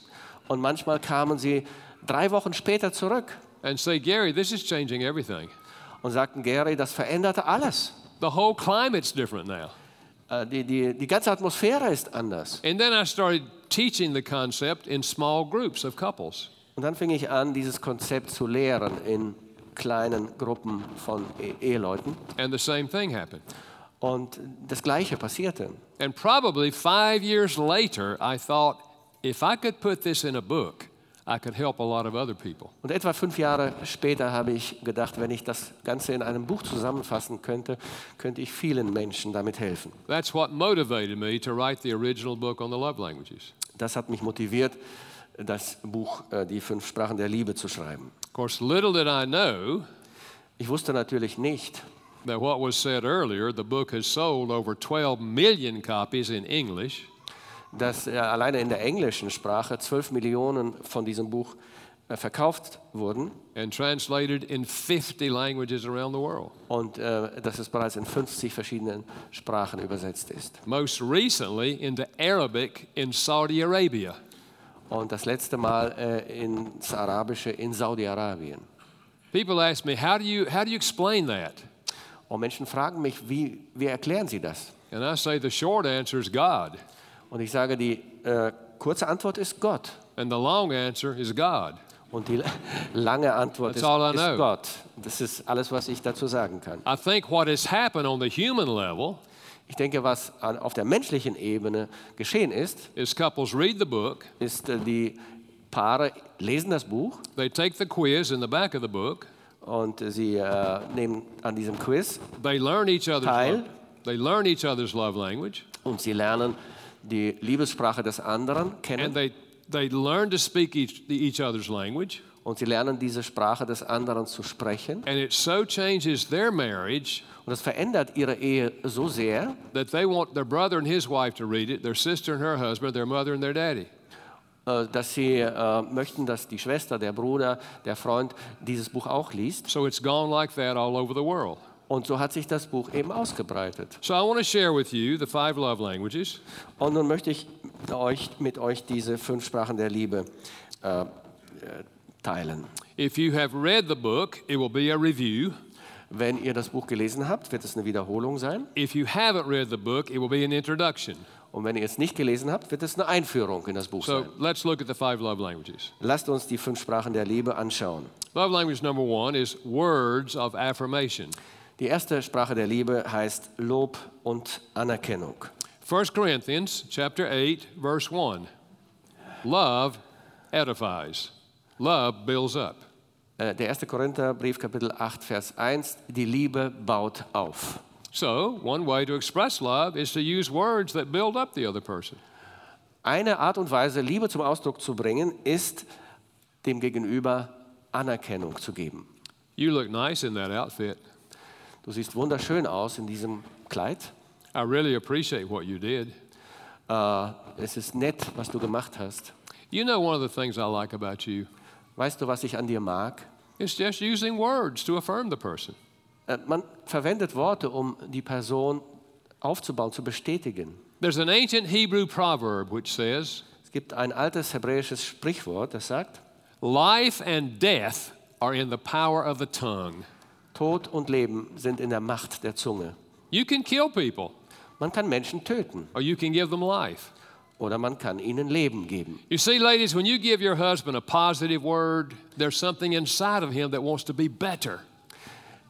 Speaker 2: Und manchmal kamen sie drei Wochen später zurück
Speaker 1: and say, Gary, this is changing everything.
Speaker 2: und sagten, Gary, das veränderte alles.
Speaker 1: The whole climate's different now.
Speaker 2: Äh, Die, die, die ganze Atmosphäre ist anders.
Speaker 1: And then I started teaching the concept in small groups of couples.
Speaker 2: Und dann fing ich an, dieses Konzept zu lehren in kleinen Gruppen von E- Eheleuten.
Speaker 1: And the same thing happened.
Speaker 2: Und das Gleiche passierte.
Speaker 1: And probably five years later, I thought, if I could put this in a book, I could help a lot of other people.
Speaker 2: Und etwa fünf Jahre später habe ich gedacht, wenn ich das Ganze in einem Buch zusammenfassen könnte, könnte ich vielen Menschen damit helfen.
Speaker 1: That's what motivated me to write the original book on the love languages.
Speaker 2: Das hat mich motiviert, das Buch äh, Die fünf Sprachen der Liebe zu schreiben.
Speaker 1: Of course, little did I know
Speaker 2: Ich wusste natürlich nicht,
Speaker 1: that what was said earlier, the book has sold over 12 million copies in English,
Speaker 2: dass äh, alleine in der englischen Sprache 12 Millionen von diesem Buch äh, verkauft wurden
Speaker 1: and translated in 50 languages around the world.
Speaker 2: und äh, dass es bereits in 50 verschiedenen Sprachen übersetzt ist.
Speaker 1: Most recently into Arabic in Saudi Arabia.
Speaker 2: Und das letzte Mal äh, ins Arabische in Saudi-Arabien.
Speaker 1: People ask me, how do, you, how do you explain that?
Speaker 2: Und Menschen fragen mich, wie, wie erklären sie das?
Speaker 1: And I say the short answer is God,
Speaker 2: Und ich sage, die äh, kurze Antwort ist Gott.
Speaker 1: and the long answer is God.
Speaker 2: Und die lange Antwort
Speaker 1: That's
Speaker 2: ist,
Speaker 1: all I
Speaker 2: ist
Speaker 1: know.
Speaker 2: Gott. Das ist alles, was ich dazu sagen kann.
Speaker 1: I think what has happened on the human level
Speaker 2: Ich denke, was an, auf der menschlichen Ebene geschehen ist,
Speaker 1: is couples read the book,
Speaker 2: ist, äh, die Paare lesen das Buch
Speaker 1: they take the quiz in the back of the book,
Speaker 2: und äh, sie äh, nehmen an diesem Quiz
Speaker 1: they learn each other's
Speaker 2: Teil.
Speaker 1: love, they learn each other's love language.
Speaker 2: und sie lernen die Liebessprache des anderen
Speaker 1: and
Speaker 2: kennen
Speaker 1: they they learn to speak each, each other's language
Speaker 2: und sie lernen diese Sprache des anderen zu sprechen.
Speaker 1: and it so changes their marriage
Speaker 2: Und das verändert ihre Ehe so sehr,
Speaker 1: that they want their brother and his wife to read it their sister and her husband their mother and their daddy
Speaker 2: äh, dass sie äh, möchten, dass die Schwester, der Bruder, der Freund dieses Buch auch liest.
Speaker 1: so it's gone like that all over the world
Speaker 2: Und so hat sich das Buch eben ausgebreitet.
Speaker 1: so i want to share with you the five love languages
Speaker 2: Und nun möchte ich euch, mit euch diese fünf Sprachen der Liebe äh, äh, teilen.
Speaker 1: if you have read the book it will be a review
Speaker 2: Wenn ihr das Buch gelesen habt, wird es eine Wiederholung sein.
Speaker 1: if you haven't read the book it will be an introduction
Speaker 2: Und wenn ihr es nicht gelesen habt, wird es eine Einführung in das Buch
Speaker 1: so
Speaker 2: sein.
Speaker 1: let's look at the five love languages
Speaker 2: Lasst uns die fünf Sprachen der Liebe anschauen.
Speaker 1: love language number one is words of affirmation
Speaker 2: Die erste Sprache der Liebe heißt Lob und Anerkennung.
Speaker 1: 1 Corinthians chapter 8 verse 1. Love edifies. Love builds up.
Speaker 2: Äh, Der 1. Korintherbrief, Kapitel 8, Vers 1, die Liebe baut auf.
Speaker 1: So, one way to express love is to use words that build up the other person.
Speaker 2: Eine Art und Weise, Liebe zum Ausdruck zu bringen, ist, dem Gegenüber Anerkennung zu geben.
Speaker 1: You look nice in that outfit.
Speaker 2: Du siehst wunderschön aus in diesem Kleid.
Speaker 1: I really appreciate what you did.
Speaker 2: Äh, es ist nett, was du gemacht hast.
Speaker 1: You know, one of the things I like about you
Speaker 2: Weißt du, was ich an dir mag?
Speaker 1: is just using words to affirm the person.
Speaker 2: Äh, man verwendet Worte, um die Person aufzubauen, zu bestätigen.
Speaker 1: There's an ancient Hebrew proverb which says,
Speaker 2: Es gibt ein altes hebräisches Sprichwort, das sagt,
Speaker 1: Life and death are in the power of the tongue.
Speaker 2: Tod und Leben sind in der Macht der Zunge.
Speaker 1: You can kill people,
Speaker 2: Man kann Menschen töten
Speaker 1: or you can give them life.
Speaker 2: oder man kann ihnen Leben geben.
Speaker 1: You see, ladies, when you give your husband a positive word, there's something inside of him that wants to be better.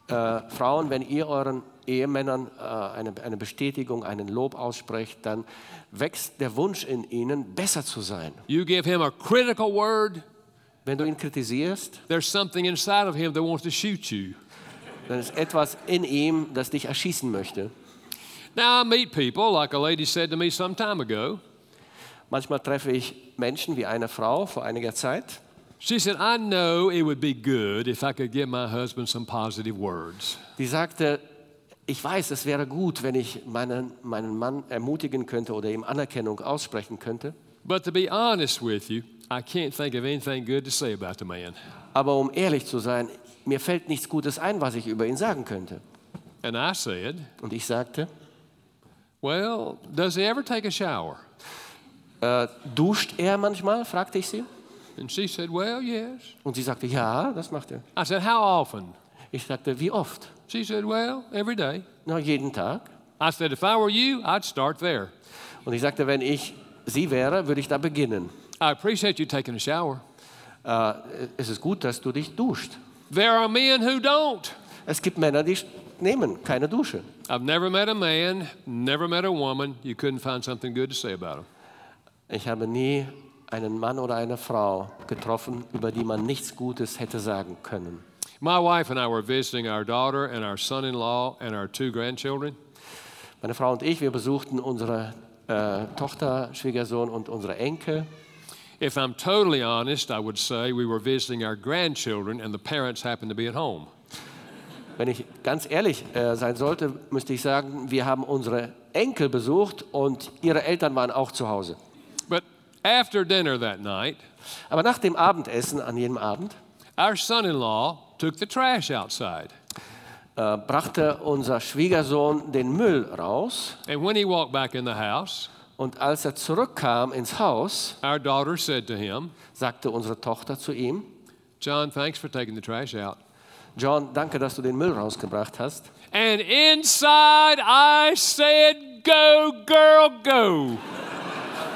Speaker 2: Äh, Frauen, wenn ihr euren Ehemännern äh, eine, eine Bestätigung, einen Lob aussprecht, dann wächst der Wunsch in ihnen, besser zu sein.
Speaker 1: You give him a critical word,
Speaker 2: Wenn du ihn kritisierst,
Speaker 1: there's something inside of him that wants to shoot you.
Speaker 2: dann ist etwas in ihm, das dich erschießen möchte.
Speaker 1: Now, I meet people, like a lady said to me some time ago.
Speaker 2: Manchmal treffe ich Menschen wie eine Frau vor einiger Zeit.
Speaker 1: She said, I know it would be good if I could give my husband some positive words.
Speaker 2: Die sagte, ich weiß, es wäre gut, wenn ich meinen, meinen Mann ermutigen könnte oder ihm Anerkennung aussprechen könnte.
Speaker 1: But to be honest with you, I can't think of anything good to say about the man.
Speaker 2: Aber um ehrlich zu sein, mir fällt nichts Gutes ein, was ich über ihn sagen könnte.
Speaker 1: And I said,
Speaker 2: Und ich sagte,
Speaker 1: Well, does he ever take a shower?
Speaker 2: äh, duscht er manchmal, fragte ich sie.
Speaker 1: And she said, Well, yes.
Speaker 2: Und sie sagte, ja, das macht er.
Speaker 1: I said, How often?
Speaker 2: Ich sagte, wie oft?
Speaker 1: She said, Well, every day.
Speaker 2: Na, jeden Tag.
Speaker 1: I said, If I were you, I'd start there.
Speaker 2: Und ich sagte, wenn ich sie wäre, würde ich da beginnen.
Speaker 1: I appreciate you taking a shower.
Speaker 2: Äh, es ist gut, dass du dich duscht.
Speaker 1: There are men who don't.
Speaker 2: Es gibt Männer, die nehmen keine Dusche.
Speaker 1: I've never met a man, never met a woman, you couldn't find something good to say about them.
Speaker 2: Ich habe nie einen Mann oder eine Frau getroffen, über die man nichts Gutes hätte sagen können.
Speaker 1: My wife and I were visiting our daughter and our son in law and our two grandchildren.
Speaker 2: Meine Frau und ich, wir besuchten unsere äh, Tochter, Schwiegersohn und unsere Enkel.
Speaker 1: If I'm totally honest, I would say we were visiting our grandchildren and the parents happened to be at home.
Speaker 2: Wenn ich ganz ehrlich äh, sein sollte, müsste ich sagen, wir haben unsere Enkel besucht und ihre Eltern waren auch zu Hause.
Speaker 1: But after dinner that night,
Speaker 2: Aber nach dem Abendessen, an jedem Abend,
Speaker 1: our son in law took the trash outside.
Speaker 2: äh, brachte unser Schwiegersohn den Müll raus.
Speaker 1: And when he walked back in the house,
Speaker 2: Und als er zurückkam ins Haus,
Speaker 1: our daughter said to him,
Speaker 2: sagte unsere Tochter zu ihm,
Speaker 1: John, thanks for taking the trash out.
Speaker 2: John, danke, dass du den Müll rausgebracht hast.
Speaker 1: And inside I said, Go, girl, go.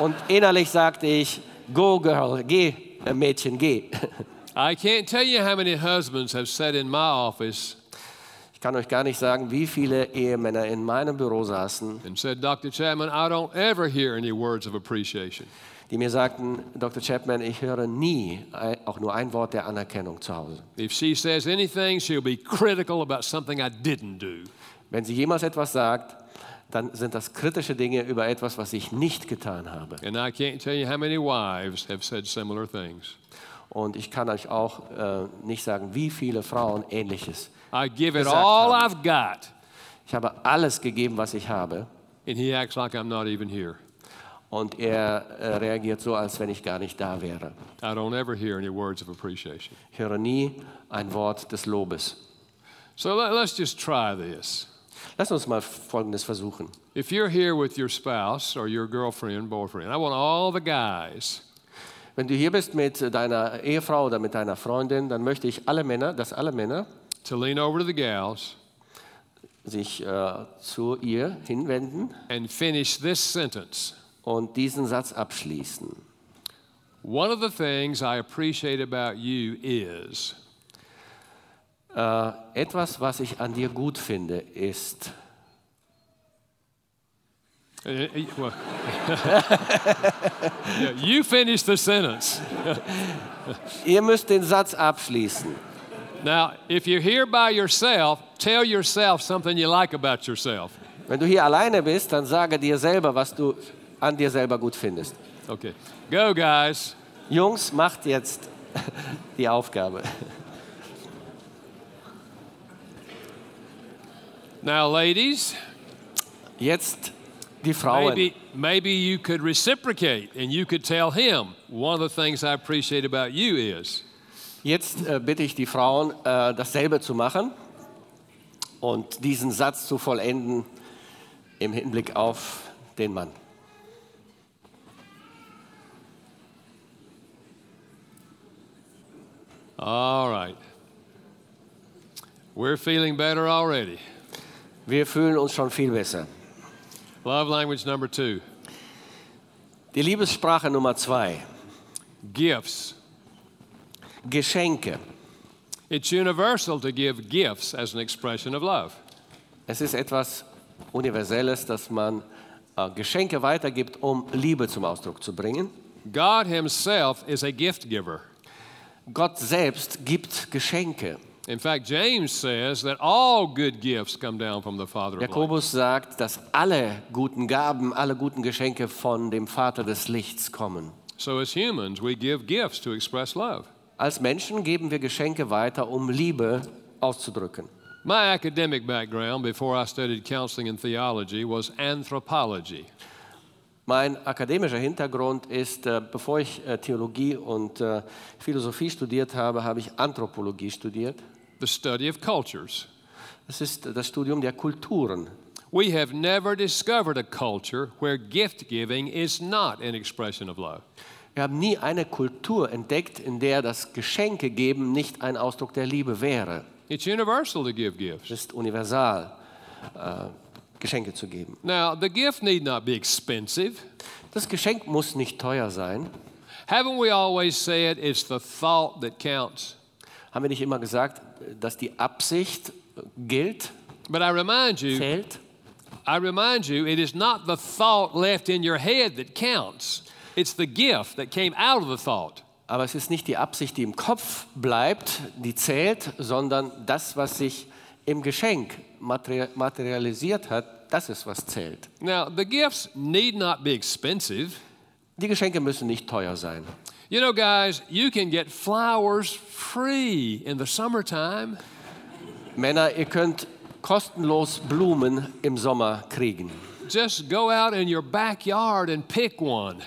Speaker 2: Und innerlich sagte ich, go girl, geh, äh, Mädchen, geh.
Speaker 1: I can't tell you how many husbands have sat in my office
Speaker 2: Ich kann euch gar nicht sagen, wie viele Ehemänner in meinem Büro saßen,
Speaker 1: and said, Dr. Chapman, I don't ever hear any words of appreciation.
Speaker 2: die mir sagten, Dr. Chapman, ich höre nie ein- auch nur ein Wort der Anerkennung zu Hause.
Speaker 1: If she says anything, she'll be critical about something I didn't do.
Speaker 2: Wenn sie jemals etwas sagt, dann sind das kritische Dinge über etwas, was ich nicht getan habe.
Speaker 1: And I can't tell you how many wives have said similar things.
Speaker 2: Und ich kann euch auch äh, nicht sagen, wie viele Frauen ähnliches.
Speaker 1: I give it
Speaker 2: Gesagt
Speaker 1: all
Speaker 2: haben.
Speaker 1: I've got,
Speaker 2: Ich habe alles gegeben, was ich habe.
Speaker 1: and he acts like I'm not even here.
Speaker 2: Und er äh, reagiert so, als wenn ich gar nicht da wäre.
Speaker 1: I don't ever hear any words of appreciation.
Speaker 2: Ich höre nie ein Wort des Lobes.
Speaker 1: So let, us just try this.
Speaker 2: Lass uns mal Folgendes versuchen.
Speaker 1: If you're here with your spouse or your girlfriend, boyfriend, I want all the guys
Speaker 2: Wenn du hier bist mit deiner Ehefrau oder mit deiner Freundin, dann möchte ich alle Männer, dass alle Männer
Speaker 1: to lean over to the gals
Speaker 2: sich äh, zu ihr hinwenden
Speaker 1: and finish this sentence.
Speaker 2: und diesen Satz abschließen.
Speaker 1: One of the things I appreciate about you is,
Speaker 2: Äh, etwas, was ich an dir gut finde, ist.
Speaker 1: Uh, uh, well- Yeah, you finish the sentence.
Speaker 2: Ihr müsst den Satz abschließen.
Speaker 1: Now, if you're here by yourself, tell yourself something you like about yourself.
Speaker 2: Wenn du hier alleine bist, dann sage dir selber, was du an dir selber gut findest.
Speaker 1: Okay. Go, guys.
Speaker 2: Jungs, macht jetzt die Aufgabe.
Speaker 1: Now, ladies,
Speaker 2: Jetzt die Frauen.
Speaker 1: maybe, maybe you could reciprocate and you could tell him one of the things I appreciate about you is.
Speaker 2: Jetzt äh, bitte ich die Frauen, äh, dasselbe zu machen und diesen Satz zu vollenden im Hinblick auf den Mann.
Speaker 1: All right. We're feeling better already.
Speaker 2: Wir fühlen uns schon viel besser.
Speaker 1: Love language number two
Speaker 2: Die Liebessprache Nummer zwei,
Speaker 1: gifts.
Speaker 2: Geschenke.
Speaker 1: It's universal to give gifts as an expression of love.
Speaker 2: Es ist etwas Universelles, dass man äh, Geschenke weitergibt, um Liebe zum Ausdruck zu bringen.
Speaker 1: God Himself is a gift giver.
Speaker 2: Gott selbst gibt Geschenke.
Speaker 1: In fact, James says that all good gifts come down from the Father of light.
Speaker 2: Jakobus sagt, dass alle guten Gaben, alle guten Geschenke von dem Vater des Lichts kommen.
Speaker 1: So, as humans, we give gifts to express love.
Speaker 2: Als Menschen geben wir Geschenke weiter, um Liebe auszudrücken.
Speaker 1: My academic background before I studied counseling and theology was anthropology.
Speaker 2: Mein akademischer Hintergrund ist, äh, bevor ich äh, Theologie und äh, Philosophie studiert habe, habe ich Anthropologie studiert.
Speaker 1: the study of cultures.
Speaker 2: Das ist das Studium der Kulturen.
Speaker 1: We have never discovered a culture where gift giving is not an expression of love.
Speaker 2: Wir haben nie eine Kultur entdeckt, in der das Geschenke geben nicht ein Ausdruck der Liebe wäre.
Speaker 1: It's universal to give gifts.
Speaker 2: Es ist universal, äh, Geschenke zu geben.
Speaker 1: Now, the gift need not be expensive.
Speaker 2: Das Geschenk muss nicht teuer sein.
Speaker 1: Haven't we always said it's the thought that counts?
Speaker 2: Haben wir nicht immer gesagt, dass die Absicht gilt,
Speaker 1: But I remind you,
Speaker 2: zählt?
Speaker 1: I remind you, it is not the thought left in your head that counts. It's the gift that came out of the thought.
Speaker 2: Aber es ist nicht die Absicht, die im Kopf bleibt, die zählt, sondern das, was sich im Geschenk materi- materialisiert hat, das ist, was zählt.
Speaker 1: Now, the gifts need not be expensive.
Speaker 2: Die Geschenke müssen nicht teuer sein.
Speaker 1: You know, guys, you can get flowers free in the summertime.
Speaker 2: Männer, ihr könnt kostenlos Blumen im Sommer kriegen.
Speaker 1: Just go out in your backyard and pick one.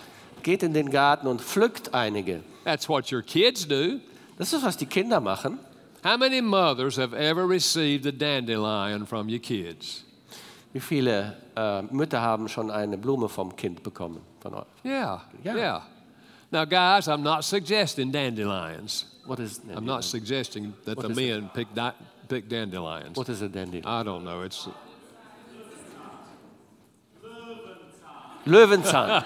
Speaker 2: Geht in den Garten und pflückt einige.
Speaker 1: That's what your kids do.
Speaker 2: Das ist, was die Kinder machen.
Speaker 1: How many mothers have ever received a dandelion from your kids?
Speaker 2: Wie viele äh, Mütter haben schon eine Blume vom Kind bekommen? Von eu-
Speaker 1: Yeah,
Speaker 2: Yeah.
Speaker 1: yeah. Now, guys, I'm not suggesting dandelions.
Speaker 2: What is, it?
Speaker 1: I'm not suggesting that the
Speaker 2: is it?
Speaker 1: men pick, di- pick dandelions.
Speaker 2: What is a dandy?
Speaker 1: I don't know. It's
Speaker 2: Löwenzahn.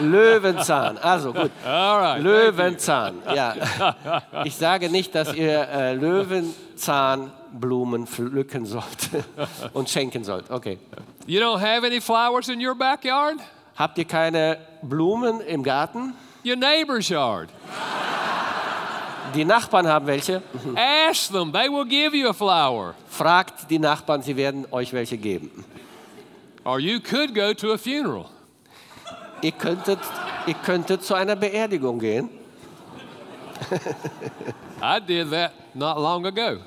Speaker 2: Löwenzahn. Also gut.
Speaker 1: all right.
Speaker 2: Löwenzahn. Ja. Ich sage nicht, dass ihr äh, Löwenzahnblumen pflücken sollt und schenken sollt. Okay.
Speaker 1: You don't have any flowers in your backyard?
Speaker 2: Habt ihr keine Blumen im Garten?
Speaker 1: Your neighbor's yard.
Speaker 2: Die Nachbarn haben welche.
Speaker 1: Ask them. They will give you a flower.
Speaker 2: Fragt die Nachbarn, sie werden euch welche geben.
Speaker 1: Or you could go to a funeral.
Speaker 2: Ihr könntet, ihr könntet zu einer Beerdigung gehen.
Speaker 1: I did that not long ago.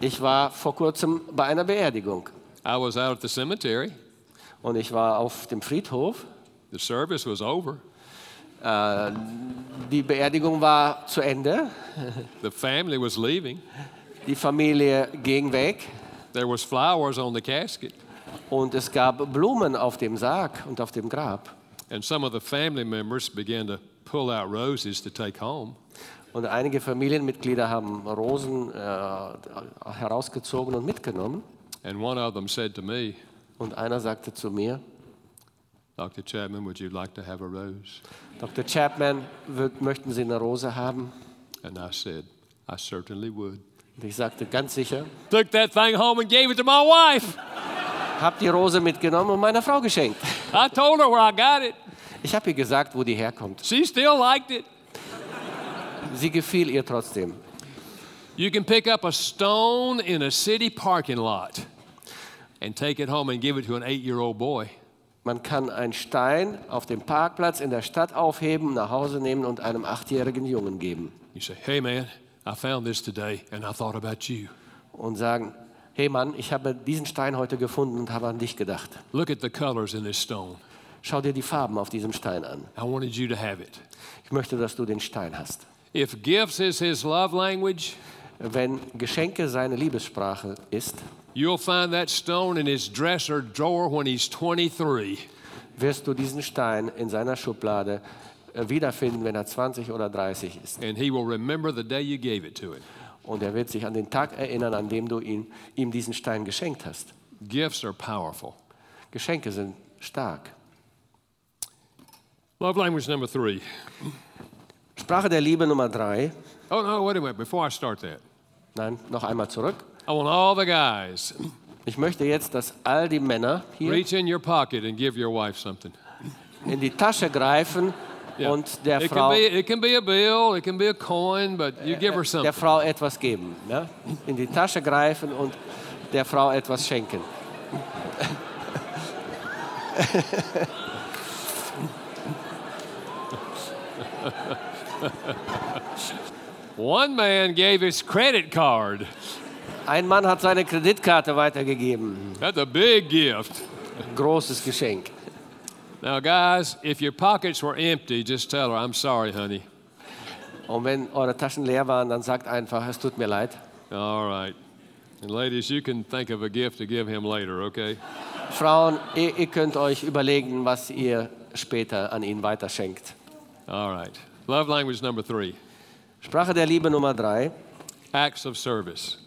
Speaker 2: Ich war vor kurzem bei einer Beerdigung
Speaker 1: I was out at the cemetery.
Speaker 2: und ich war auf dem Friedhof. Äh,
Speaker 1: The service was over.
Speaker 2: Die Beerdigung war zu Ende.
Speaker 1: The family was leaving.
Speaker 2: Die Familie ging weg
Speaker 1: There was flowers on the casket,
Speaker 2: und es gab Blumen auf dem Sarg und auf dem Grab.
Speaker 1: and some of the family members began to pull out roses to take home.
Speaker 2: Und einige Familienmitglieder haben Rosen äh, herausgezogen und mitgenommen.
Speaker 1: And one of them said to me,
Speaker 2: Und einer sagte zu mir,
Speaker 1: Dr. Chapman, would you like to have a rose?
Speaker 2: Dr. Chapman, wür- möchten Sie eine Rose haben?
Speaker 1: And I said, I certainly would.
Speaker 2: Und ich sagte ganz sicher,
Speaker 1: Took that thing home and gave it to my wife.
Speaker 2: habe die Rose mitgenommen und meiner Frau geschenkt.
Speaker 1: I told her where I got it.
Speaker 2: Ich habe ihr gesagt, wo die herkommt.
Speaker 1: She still liked it.
Speaker 2: Sie gefiel ihr trotzdem.
Speaker 1: You can pick up a stone in a city parking lot and take it home and give it to an eight year old boy.
Speaker 2: Man kann einen Stein auf dem Parkplatz in der Stadt aufheben, nach Hause nehmen und einem achtjährigen Jungen geben
Speaker 1: You say, hey man, I found this today and I thought about you.
Speaker 2: und sagen, hey Mann, ich habe diesen Stein heute gefunden und habe an dich gedacht.
Speaker 1: Look at the colors in this stone.
Speaker 2: Schau dir die Farben auf diesem Stein an.
Speaker 1: I wanted you to have it.
Speaker 2: Ich möchte, dass du den Stein hast.
Speaker 1: If gifts is his love language,
Speaker 2: Wenn Geschenke seine Liebessprache ist,
Speaker 1: you'll find that stone in his dresser drawer when he's 23.
Speaker 2: wirst du diesen Stein in seiner Schublade äh, wiederfinden, wenn er 20 oder 30 ist.
Speaker 1: and he will remember the day you gave it to him.
Speaker 2: Und er wird sich an den Tag erinnern, an dem du ihn, ihm diesen Stein geschenkt hast.
Speaker 1: Gifts are powerful.
Speaker 2: Geschenke sind stark.
Speaker 1: Love language number three.
Speaker 2: Sprache der Liebe Nummer drei.
Speaker 1: Oh, no, wait a minute. Before I start that,
Speaker 2: Nein, noch einmal zurück.
Speaker 1: I want all the guys
Speaker 2: Ich möchte jetzt, dass all die Männer hier
Speaker 1: reach in your pocket and give your wife something.
Speaker 2: in die Tasche greifen
Speaker 1: Yeah.
Speaker 2: und der
Speaker 1: it,
Speaker 2: Frau, Äh,
Speaker 1: can be, it can be a bill, it can be a coin, but you give her
Speaker 2: der
Speaker 1: something.
Speaker 2: Frau etwas geben. Ne? In die Tasche greifen und der Frau etwas schenken.
Speaker 1: One man gave his credit card.
Speaker 2: Ein Mann hat seine Kreditkarte weitergegeben.
Speaker 1: That's a big gift.
Speaker 2: Großes Geschenk.
Speaker 1: Now, guys, if your pockets were empty, just tell her, I'm sorry, honey.
Speaker 2: Und wenn eure Taschen leer waren, dann sagt einfach, es tut mir leid.
Speaker 1: All right. And ladies, you can think of a gift to give him later, okay?
Speaker 2: Frauen, ihr, ihr könnt euch überlegen, was ihr später an ihn weiterschenkt.
Speaker 1: All right. Love language number three
Speaker 2: Sprache der Liebe Nummer drei.
Speaker 1: acts of service.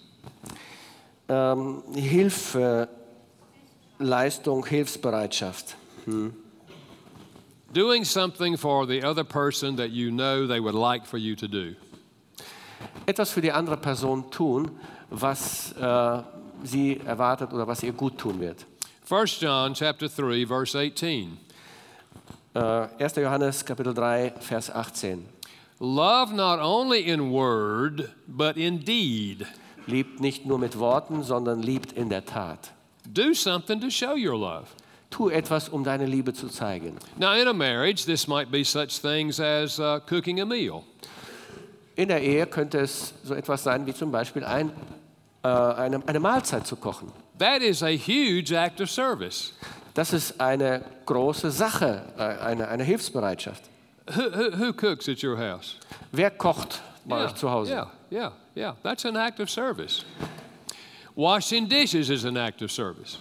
Speaker 2: Ähm, Hilfe, Leistung, Hilfsbereitschaft.
Speaker 1: Doing something for the other person that you know they would like for you to do.
Speaker 2: Etwas für die andere Person tun, was äh, sie erwartet oder was ihr gut tun wird.
Speaker 1: 1 John chapter 3 verse 18.
Speaker 2: Äh, 1. Johannes Kapitel 3, Vers 18.
Speaker 1: Love not only in word but in deed.
Speaker 2: Liebt nicht nur mit Worten, sondern liebt in der Tat.
Speaker 1: Do something to show your love.
Speaker 2: Tu etwas, um deine Liebe zu zeigen.
Speaker 1: Now in a marriage this might be such things as uh, cooking a meal.
Speaker 2: In der Ehe könnte es so etwas sein wie zum Beispiel ein, äh, eine, eine Mahlzeit zu kochen.
Speaker 1: That is a huge act of service.
Speaker 2: Das ist eine große Sache, äh, eine, eine Hilfsbereitschaft.
Speaker 1: Who, who, who cooks at your house?
Speaker 2: Wer kocht bei euch zu Hause?
Speaker 1: Yeah, yeah, yeah. That's an act of service. Washing dishes is an act of service.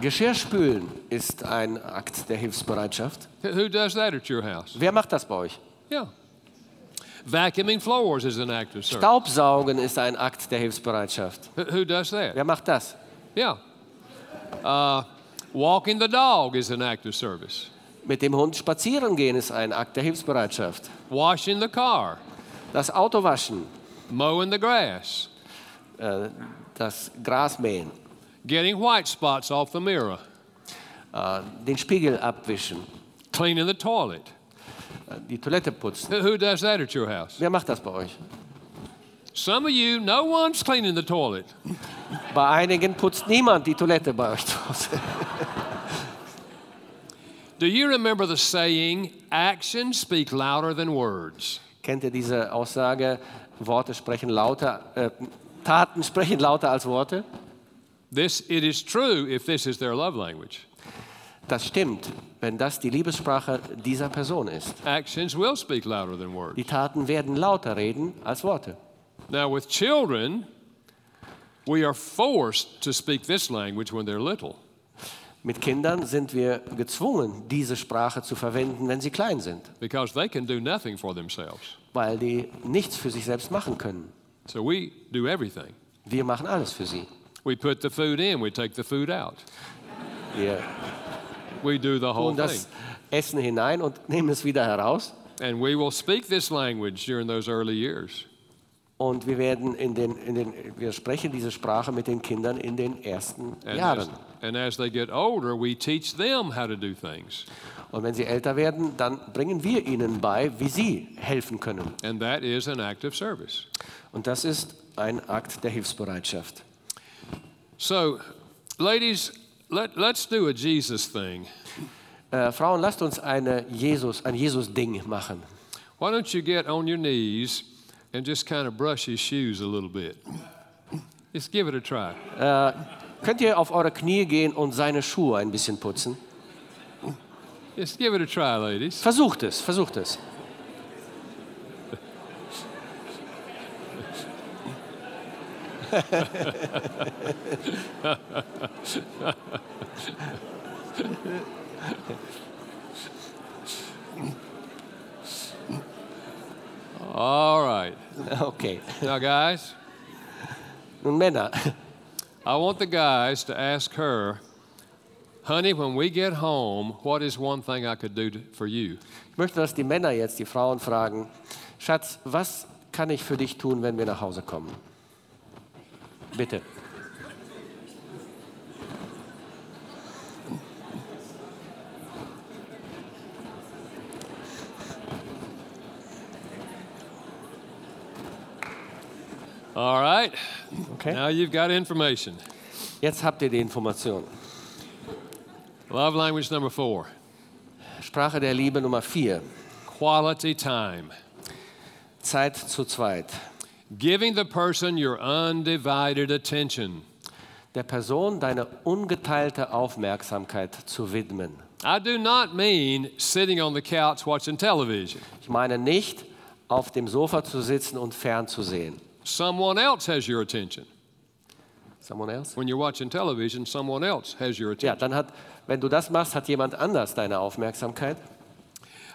Speaker 2: Geschirr spülen ist ein Akt der Hilfsbereitschaft.
Speaker 1: Who- Who does that at your house?
Speaker 2: Wer macht das bei euch?
Speaker 1: Yeah. Vacuuming floors is an act of service.
Speaker 2: Staubsaugen ist ein Akt der Hilfsbereitschaft.
Speaker 1: Who, who does that?
Speaker 2: Wer macht das?
Speaker 1: Yeah. Uh, walking the dog is an act of service.
Speaker 2: Mit dem Hund spazieren gehen ist ein Akt der Hilfsbereitschaft.
Speaker 1: Washing the car,
Speaker 2: Das Auto waschen,
Speaker 1: mowing the grass,
Speaker 2: äh, das Gras mähen,
Speaker 1: getting white spots off the mirror,
Speaker 2: äh, den Spiegel abwischen,
Speaker 1: cleaning the toilet.
Speaker 2: äh, die Toilette putzen.
Speaker 1: Who, who does that at your house?
Speaker 2: Wer macht das bei euch?
Speaker 1: Some of you, no one's cleaning the toilet.
Speaker 2: Bei einigen putzt niemand die Toilette bei euch zu Hause.
Speaker 1: Do you remember the saying, actions speak louder than words?
Speaker 2: Kennt ihr diese Aussage, Worte sprechen lauter, äh, Taten sprechen lauter als Worte?
Speaker 1: This, it is true if this is their love language.
Speaker 2: Das stimmt, wenn das die Liebessprache dieser Person ist.
Speaker 1: Actions will speak louder than words.
Speaker 2: Die Taten werden lauter reden als Worte.
Speaker 1: Now, with children, we are forced to speak this language when they're little.
Speaker 2: Mit Kindern sind wir gezwungen, diese Sprache zu verwenden, wenn sie klein sind,
Speaker 1: because they can do nothing for themselves.
Speaker 2: weil die nichts für sich selbst machen können.
Speaker 1: So we do everything.
Speaker 2: Wir machen alles für sie.
Speaker 1: We put the food in, we take the food out.
Speaker 2: Wir
Speaker 1: We do the whole
Speaker 2: tun das
Speaker 1: thing.
Speaker 2: Essen hinein und nehmen es wieder heraus.
Speaker 1: And we will speak this language during those early years.
Speaker 2: Und wir, werden in den, in den, wir sprechen diese Sprache mit den Kindern in den ersten
Speaker 1: And as,
Speaker 2: Jahren.
Speaker 1: and as they get older, we teach them how to do things.
Speaker 2: Und wenn sie älter werden, dann bringen wir ihnen bei, wie sie helfen können.
Speaker 1: And that is an act of service.
Speaker 2: Und das ist ein Akt der Hilfsbereitschaft.
Speaker 1: So, ladies, let, let's do a Jesus thing.
Speaker 2: Äh, Frauen, lasst uns eine Jesus, ein Jesus-Ding machen.
Speaker 1: Why don't you get on your knees and just kind of brush his shoes a little bit? Just give it a try.
Speaker 2: Könnt ihr auf eure Knie gehen und seine Schuhe ein bisschen putzen?
Speaker 1: Just give it a try, ladies.
Speaker 2: Versucht es, versucht es.
Speaker 1: All right.
Speaker 2: Okay.
Speaker 1: Now, guys,
Speaker 2: Nun Männer,
Speaker 1: I want the guys to ask her, honey, when we get home, what is one thing I could do to, for you?
Speaker 2: ich möchte, dass die Männer jetzt die Frauen fragen, Schatz, was kann ich für dich tun, wenn wir nach Hause kommen? Bitte.
Speaker 1: All right.
Speaker 2: Okay.
Speaker 1: Now you've got information.
Speaker 2: Jetzt habt ihr die Information.
Speaker 1: Love language number four
Speaker 2: Sprache der Liebe Nummer 4.
Speaker 1: quality time.
Speaker 2: Zeit zu zweit.
Speaker 1: Giving the person your undivided attention.
Speaker 2: Der Person deine ungeteilte Aufmerksamkeit zu widmen.
Speaker 1: I do not mean sitting on the couch watching television.
Speaker 2: Ich meine nicht, auf dem Sofa zu sitzen und fernzusehen.
Speaker 1: Someone else has your attention.
Speaker 2: Someone else?
Speaker 1: When you're watching television, someone else has your attention.
Speaker 2: Ja, dann hat, wenn du das machst, hat jemand anders deine Aufmerksamkeit.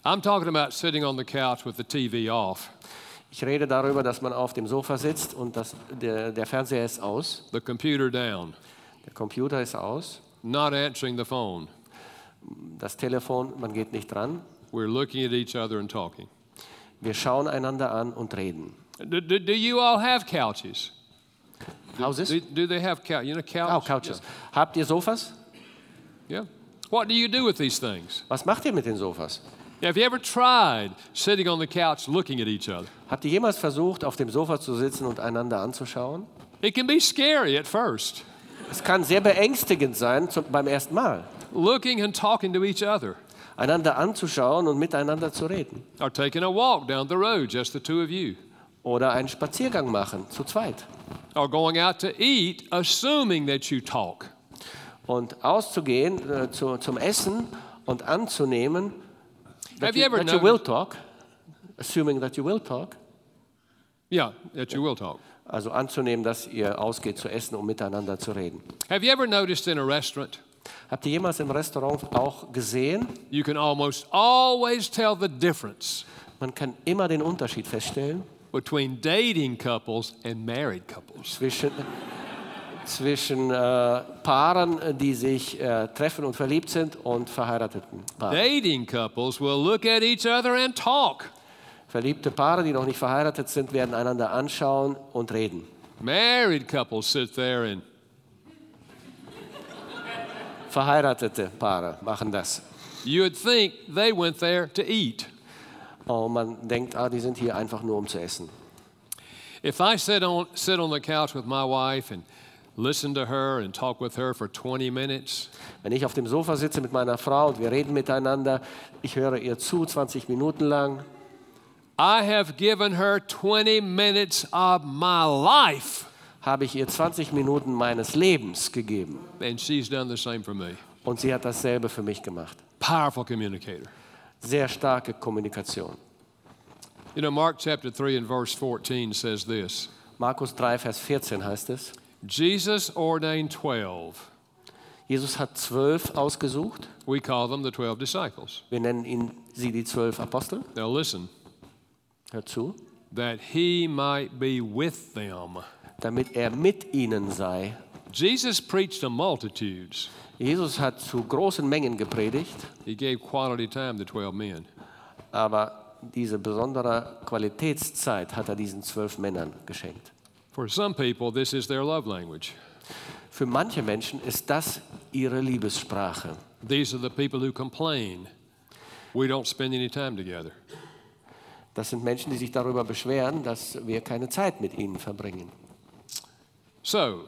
Speaker 1: I'm talking about sitting on the couch with the TV off,
Speaker 2: Ich rede darüber, dass man auf dem Sofa sitzt und das, der, der Fernseher ist aus,
Speaker 1: the computer down,
Speaker 2: der Computer ist aus,
Speaker 1: not answering the phone.
Speaker 2: das Telefon, man geht nicht dran.
Speaker 1: We're looking at each other and talking.
Speaker 2: Wir schauen einander an und reden.
Speaker 1: Do, do, do you all have couches?
Speaker 2: Houses?
Speaker 1: Do, do they have couch? You know,
Speaker 2: Oh,
Speaker 1: couch?
Speaker 2: Couches. Habt ihr Sofas?
Speaker 1: Yeah. yeah. What do you do with these things?
Speaker 2: Was macht ihr mit den Sofas?
Speaker 1: Have you ever tried sitting on the couch looking at each other?
Speaker 2: Habt ihr jemals versucht, auf dem Sofa zu sitzen und einander anzuschauen?
Speaker 1: It can be scary at first,
Speaker 2: Es kann sehr beängstigend sein zum, beim ersten Mal,
Speaker 1: looking and talking to each other,
Speaker 2: einander anzuschauen und miteinander zu reden.
Speaker 1: or taking a walk down the road, just the two of you,
Speaker 2: Oder einen Spaziergang machen, zu zweit.
Speaker 1: or going out to eat, assuming that you talk.
Speaker 2: Und auszugehen äh, zu, zum Essen und anzunehmen, that
Speaker 1: Have
Speaker 2: you,
Speaker 1: you ever
Speaker 2: that you
Speaker 1: known-
Speaker 2: will talk, assuming that you will talk,
Speaker 1: Yeah, that you will talk.
Speaker 2: also anzunehmen, dass ihr ausgeht zu essen, um miteinander zu reden.
Speaker 1: Have you ever noticed in a restaurant,
Speaker 2: Habt ihr jemals im Restaurant auch gesehen?
Speaker 1: you can almost always tell the difference
Speaker 2: Man kann immer den Unterschied feststellen
Speaker 1: between dating couples and married couples?
Speaker 2: zwischen, zwischen äh, Paaren, äh, die sich äh, treffen und verliebt sind, und verheirateten Paaren.
Speaker 1: Dating couples will look at each other and talk.
Speaker 2: Verliebte Paare, die noch nicht verheiratet sind, werden einander anschauen und reden.
Speaker 1: Married couples sit there and
Speaker 2: Verheiratete Paare machen das.
Speaker 1: you would think they went there to eat.
Speaker 2: Und man denkt, ah, die sind hier einfach nur um zu essen.
Speaker 1: If I sit on, sit on the couch with my wife and listen to her and talk with her for 20 minutes,
Speaker 2: Wenn ich auf dem Sofa sitze mit meiner Frau und wir reden miteinander, ich höre ihr zu 20 Minuten lang,
Speaker 1: I have given her 20 minutes of my life,
Speaker 2: habe ich ihr 20 Minuten meines Lebens gegeben.
Speaker 1: and she's done the same for me.
Speaker 2: Und sie hat dasselbe für mich gemacht.
Speaker 1: Powerful communicator.
Speaker 2: Sehr starke Kommunikation.
Speaker 1: You know, Mark chapter 3 and verse 14 says this
Speaker 2: Markus 3, Vers 14 heißt es.
Speaker 1: Jesus ordained 12.
Speaker 2: Jesus hat zwölf ausgesucht.
Speaker 1: We call them the 12 disciples.
Speaker 2: Wir nennen ihn, sie die zwölf Apostel.
Speaker 1: Now listen,
Speaker 2: Hört zu.
Speaker 1: that he might be with them.
Speaker 2: Damit er mit ihnen sei.
Speaker 1: Jesus preached to multitudes.
Speaker 2: Jesus hat zu großen Mengen gepredigt,
Speaker 1: He gave quality time to 12 men.
Speaker 2: aber diese besondere Qualitätszeit hat er diesen zwölf Männern geschenkt.
Speaker 1: For some people, this is their love language.
Speaker 2: Für manche Menschen ist das ihre Liebessprache.
Speaker 1: These are the people who complain we don't spend any time together.
Speaker 2: Das sind Menschen, die sich darüber beschweren, dass wir keine Zeit mit ihnen verbringen.
Speaker 1: So,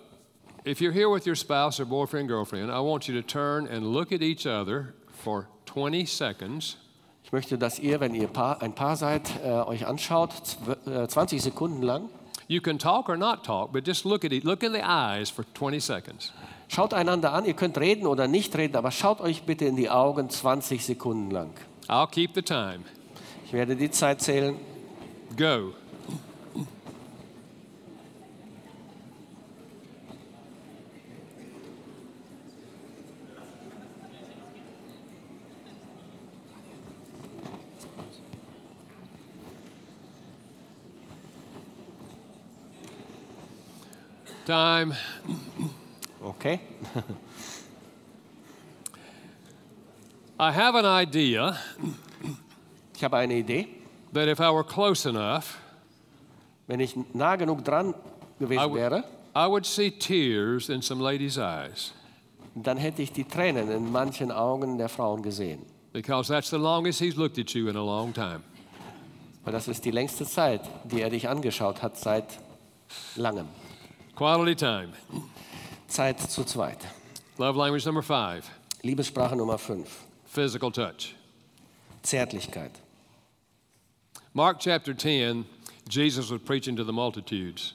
Speaker 1: if you're here with your spouse or boyfriend, girlfriend, I want you to turn and look at each other for 20 seconds.
Speaker 2: Ich möchte, dass ihr, wenn ihr Paar, ein Paar seid, äh, euch anschaut, zw- äh, 20 Sekunden lang.
Speaker 1: You can talk or not talk, but just look at it. Look in the eyes for 20 seconds.
Speaker 2: Schaut einander an, ihr könnt reden oder nicht reden, aber schaut euch bitte in die Augen 20 Sekunden lang.
Speaker 1: I'll keep the time.
Speaker 2: Ich werde die Zeit zählen.
Speaker 1: Go. Time.
Speaker 2: Okay.
Speaker 1: I have an idea
Speaker 2: Ich habe eine Idee.
Speaker 1: that if I were close enough,
Speaker 2: Wenn ich nah genug dran
Speaker 1: I
Speaker 2: gewesen
Speaker 1: would-
Speaker 2: wäre,
Speaker 1: I would see tears in some ladies' eyes
Speaker 2: dann hätte ich die Tränen in manchen Augen der Frauen gesehen.
Speaker 1: because that's the longest he's looked at you in a long time.
Speaker 2: Weil das ist die längste Zeit, die er dich angeschaut hat seit langem.
Speaker 1: Quality time.
Speaker 2: Zeit zu zweit.
Speaker 1: Love language number five
Speaker 2: Liebessprache Nummer 5.
Speaker 1: physical touch.
Speaker 2: Zärtlichkeit.
Speaker 1: Mark chapter 10, Jesus was preaching to the multitudes.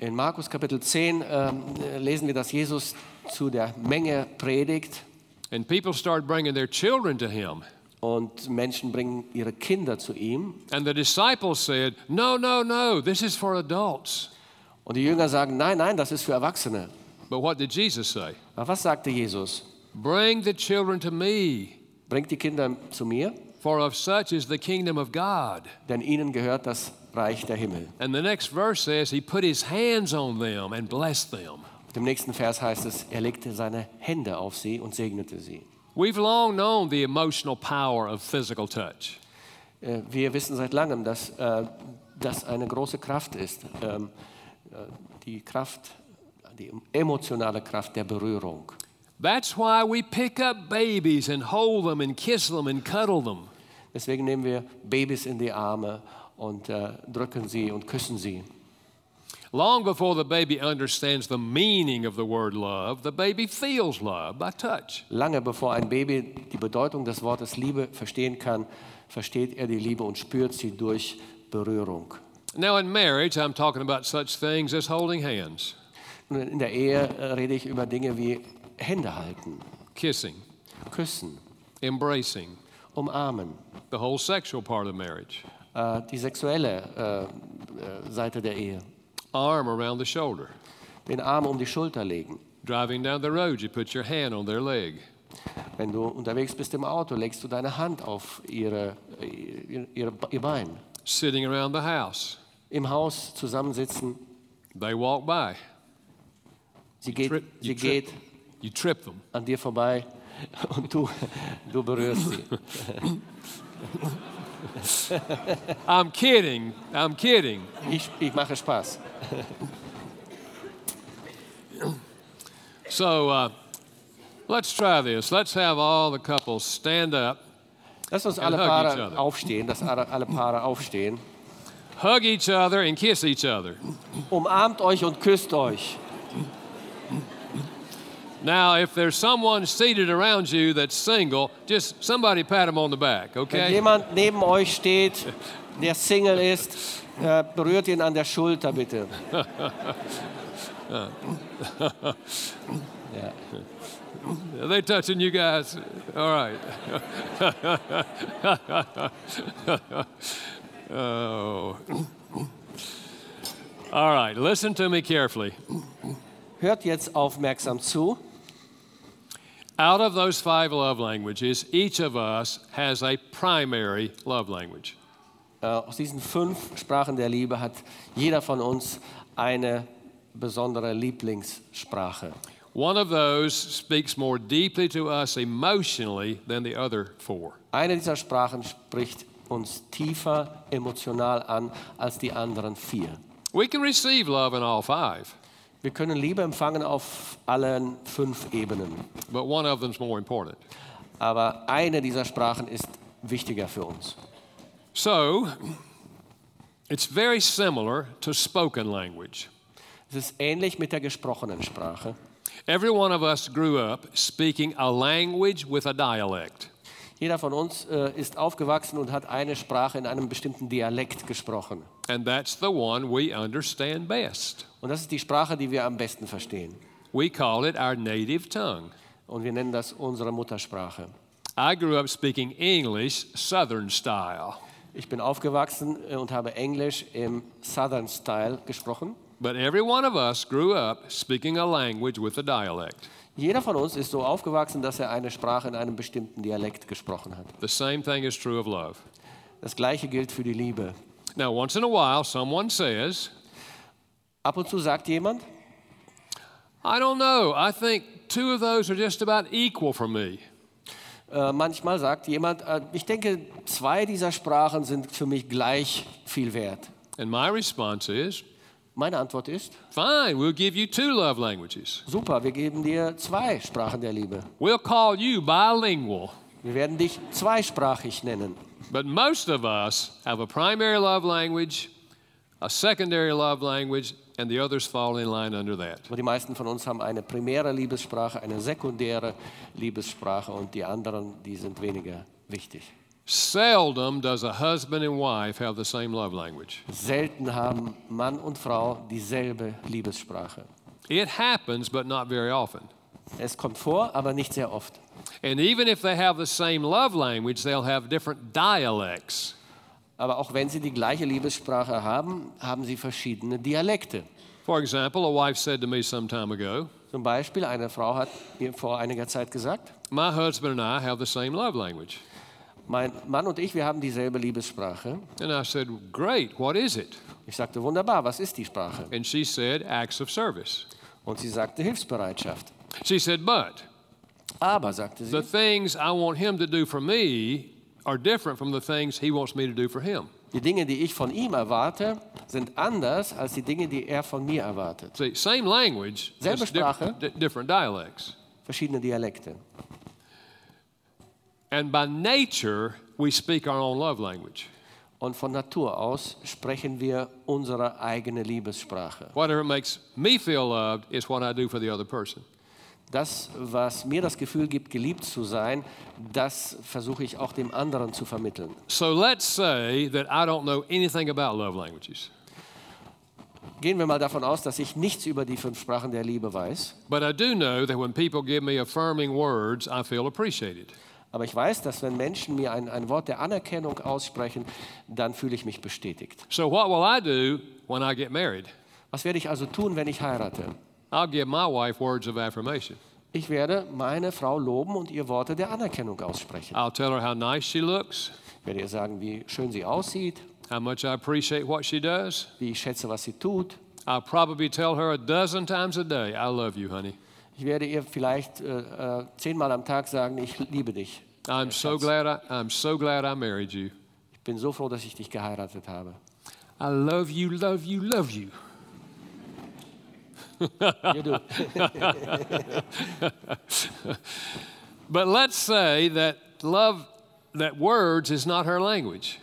Speaker 2: In Markus Kapitel 10 ähm, lesen wir, dass Jesus zu der Menge predigt
Speaker 1: And people started bringing their children to him.
Speaker 2: und Menschen bringen ihre Kinder zu ihm.
Speaker 1: And the disciples said, No, no, no, this is for adults.
Speaker 2: Und die Jünger sagen, nein, nein, das ist für Erwachsene.
Speaker 1: But what did Jesus say?
Speaker 2: Aber was sagte Jesus?
Speaker 1: Bring the children to me,
Speaker 2: Bringt die Kinder zu mir,
Speaker 1: for of such is the kingdom of God.
Speaker 2: denn ihnen gehört das Reich der Himmel.
Speaker 1: And the next verse says, He put His hands on them and blessed them.
Speaker 2: Auf dem nächsten Vers heißt es, er legte seine Hände auf sie und segnete sie.
Speaker 1: We've long known the emotional power of physical touch.
Speaker 2: Äh, Wir wissen seit langem, dass äh, das eine große Kraft ist. Ähm, äh, Die Kraft, die emotionale Kraft der Berührung.
Speaker 1: That's why we pick up babies and hold them and kiss them and cuddle them.
Speaker 2: Deswegen nehmen wir Babys in die Arme und äh, drücken sie und küssen sie.
Speaker 1: Long before the baby understands the meaning of the word love, the baby feels love by touch.
Speaker 2: Lange bevor ein Baby die Bedeutung des Wortes Liebe verstehen kann, versteht er die Liebe und spürt sie durch Berührung.
Speaker 1: Now, in marriage, I'm talking about such things as holding hands,
Speaker 2: Nun, In der Ehe äh, rede ich über Dinge wie Hände halten,
Speaker 1: kissing,
Speaker 2: küssen,
Speaker 1: embracing,
Speaker 2: umarmen,
Speaker 1: the whole sexual part of marriage,
Speaker 2: äh, die sexuelle äh, äh, Seite der Ehe,
Speaker 1: arm around the shoulder,
Speaker 2: den Arm um die Schulter legen.
Speaker 1: driving down the road, you put your hand on their leg,
Speaker 2: Wenn du unterwegs bist im Auto, legst du deine Hand auf ihre, ihr, ihr, ihr Bein.
Speaker 1: sitting around the house,
Speaker 2: Im Haus zusammensitzen,
Speaker 1: they walk by,
Speaker 2: sie geht,
Speaker 1: trip- you
Speaker 2: sie
Speaker 1: trip.
Speaker 2: geht
Speaker 1: you trip them.
Speaker 2: an dir vorbei und du, du berührst sie.
Speaker 1: I'm kidding, I'm kidding.
Speaker 2: Ich, ich mache Spaß.
Speaker 1: So uh, let's try this. Let's have all the couples stand up,
Speaker 2: Lass uns alle
Speaker 1: hug each
Speaker 2: Paare
Speaker 1: other.
Speaker 2: aufstehen, dass alle alle Paare aufstehen.
Speaker 1: hug each other, and kiss each other.
Speaker 2: Umarmt euch und küsst euch.
Speaker 1: Now, if there's someone seated around you that's single, just somebody pat them on the back,
Speaker 2: Wenn
Speaker 1: okay?
Speaker 2: jemand neben euch steht, der Single ist, äh, berührt ihn an der Schulter bitte. ja.
Speaker 1: Are they touching you guys? All right. oh. All right, listen to me carefully.
Speaker 2: Hört jetzt aufmerksam zu.
Speaker 1: Out of those five love languages, each of us has a primary love language.
Speaker 2: Äh, aus diesen fünf Sprachen der Liebe hat jeder von uns eine besondere Lieblingssprache.
Speaker 1: One of those speaks more deeply to us emotionally than the other four.
Speaker 2: Eine dieser Sprachen spricht uns tiefer emotional an als die anderen vier.
Speaker 1: We can receive love in all five,
Speaker 2: Wir können Liebe empfangen auf allen fünf Ebenen.
Speaker 1: but one of them's more important.
Speaker 2: Aber eine dieser Sprachen ist wichtiger für uns.
Speaker 1: So, it's very similar to spoken language.
Speaker 2: Es ist ähnlich mit der gesprochenen Sprache.
Speaker 1: Every one of us grew up speaking a language with a dialect.
Speaker 2: Jeder von uns äh, ist aufgewachsen und hat eine Sprache in einem bestimmten Dialekt gesprochen.
Speaker 1: And that's the one we understand best.
Speaker 2: Und das ist die Sprache, die wir am besten verstehen.
Speaker 1: We call it our native tongue.
Speaker 2: Und wir nennen das unsere Muttersprache.
Speaker 1: I grew up speaking English Southern style,
Speaker 2: Ich bin aufgewachsen äh, und habe Englisch im Southern Style gesprochen.
Speaker 1: but every one of us grew up speaking a language with a dialect.
Speaker 2: Jeder von uns ist so aufgewachsen, dass er eine Sprache in einem bestimmten Dialekt gesprochen hat.
Speaker 1: The same thing is true of love.
Speaker 2: Das gleiche gilt für die Liebe.
Speaker 1: Now, once in a while, someone says,
Speaker 2: Ab und zu sagt jemand,
Speaker 1: I don't know, I think two of those are just about equal for me.
Speaker 2: äh, manchmal sagt jemand, äh, ich denke, zwei dieser Sprachen sind für mich gleich viel wert.
Speaker 1: And my response is,
Speaker 2: Meine Antwort ist,
Speaker 1: Fine, we'll give you two love languages.
Speaker 2: super, wir geben dir zwei Sprachen der Liebe.
Speaker 1: We'll call you bilingual.
Speaker 2: Wir werden dich zweisprachig nennen.
Speaker 1: But most of us have a primary love language, a secondary love language, and the others fall in line under that.
Speaker 2: Aber die meisten von uns haben eine primäre Liebessprache, eine sekundäre Liebessprache und die anderen, die sind weniger wichtig.
Speaker 1: Seldom does a husband and wife have the same love language.
Speaker 2: Selten haben Mann und Frau dieselbe Liebessprache.
Speaker 1: It happens, but not very often.
Speaker 2: Es kommt vor, aber nicht sehr oft.
Speaker 1: And even if they have the same love language, they'll have different dialects.
Speaker 2: Aber auch wenn sie die gleiche Liebessprache haben, haben sie verschiedene Dialekte.
Speaker 1: For example, a wife said to me some time ago,
Speaker 2: Zum Beispiel, eine Frau hat mir vor einiger Zeit gesagt,
Speaker 1: My husband and I have the same love language.
Speaker 2: mein Mann und ich, wir haben dieselbe Liebessprache.
Speaker 1: And I said, Great, what is it?
Speaker 2: Ich sagte, wunderbar, was ist die Sprache?
Speaker 1: And she said, Acts of service.
Speaker 2: Und sie sagte, Hilfsbereitschaft.
Speaker 1: She said, But
Speaker 2: Aber, sagte sie,
Speaker 1: the things I want him to do for me are different from the things he wants me to do for him.
Speaker 2: Die Dinge, die ich von ihm erwarte, sind anders als die Dinge, die er von mir erwartet.
Speaker 1: See, same language,
Speaker 2: Selbe
Speaker 1: just diff-
Speaker 2: Sprache.
Speaker 1: di- different dialects.
Speaker 2: Verschiedene Dialekte.
Speaker 1: And by nature, we speak our own love language,
Speaker 2: Und von Natur aus sprechen wir unsere eigene Liebessprache.
Speaker 1: whatever makes me feel loved is what I do for the other person.
Speaker 2: Das, was mir das Gefühl gibt, geliebt zu sein, das versuche ich auch dem anderen zu vermitteln.
Speaker 1: So let's say that I don't know anything about love languages,
Speaker 2: Gehen wir mal davon aus, dass ich nichts über die fünf Sprachen der Liebe weiß,
Speaker 1: but I do know that when people give me affirming words, I feel appreciated.
Speaker 2: aber ich weiß, dass wenn Menschen mir ein, ein Wort der Anerkennung aussprechen, dann fühle ich mich bestätigt.
Speaker 1: So, what will I do when I get married?
Speaker 2: Was werde ich also tun, wenn ich heirate?
Speaker 1: I'll give my wife words of affirmation.
Speaker 2: Ich werde meine Frau loben und ihr Worte der Anerkennung aussprechen.
Speaker 1: I'll tell her how nice she looks,
Speaker 2: Ich werde ihr sagen, wie schön sie aussieht,
Speaker 1: how much I appreciate what she does.
Speaker 2: wie ich schätze, was sie tut.
Speaker 1: I'll probably tell her a dozen times a day, I love you, honey.
Speaker 2: Ich werde ihr vielleicht äh, äh, zehnmal am Tag sagen, ich liebe dich.
Speaker 1: I'm so glad I, I'm so glad I married you.
Speaker 2: Ich bin so froh, dass ich dich geheiratet habe.
Speaker 1: I love you, love you, love you.
Speaker 2: Ja, du.
Speaker 1: But let's say that love that words is not her language.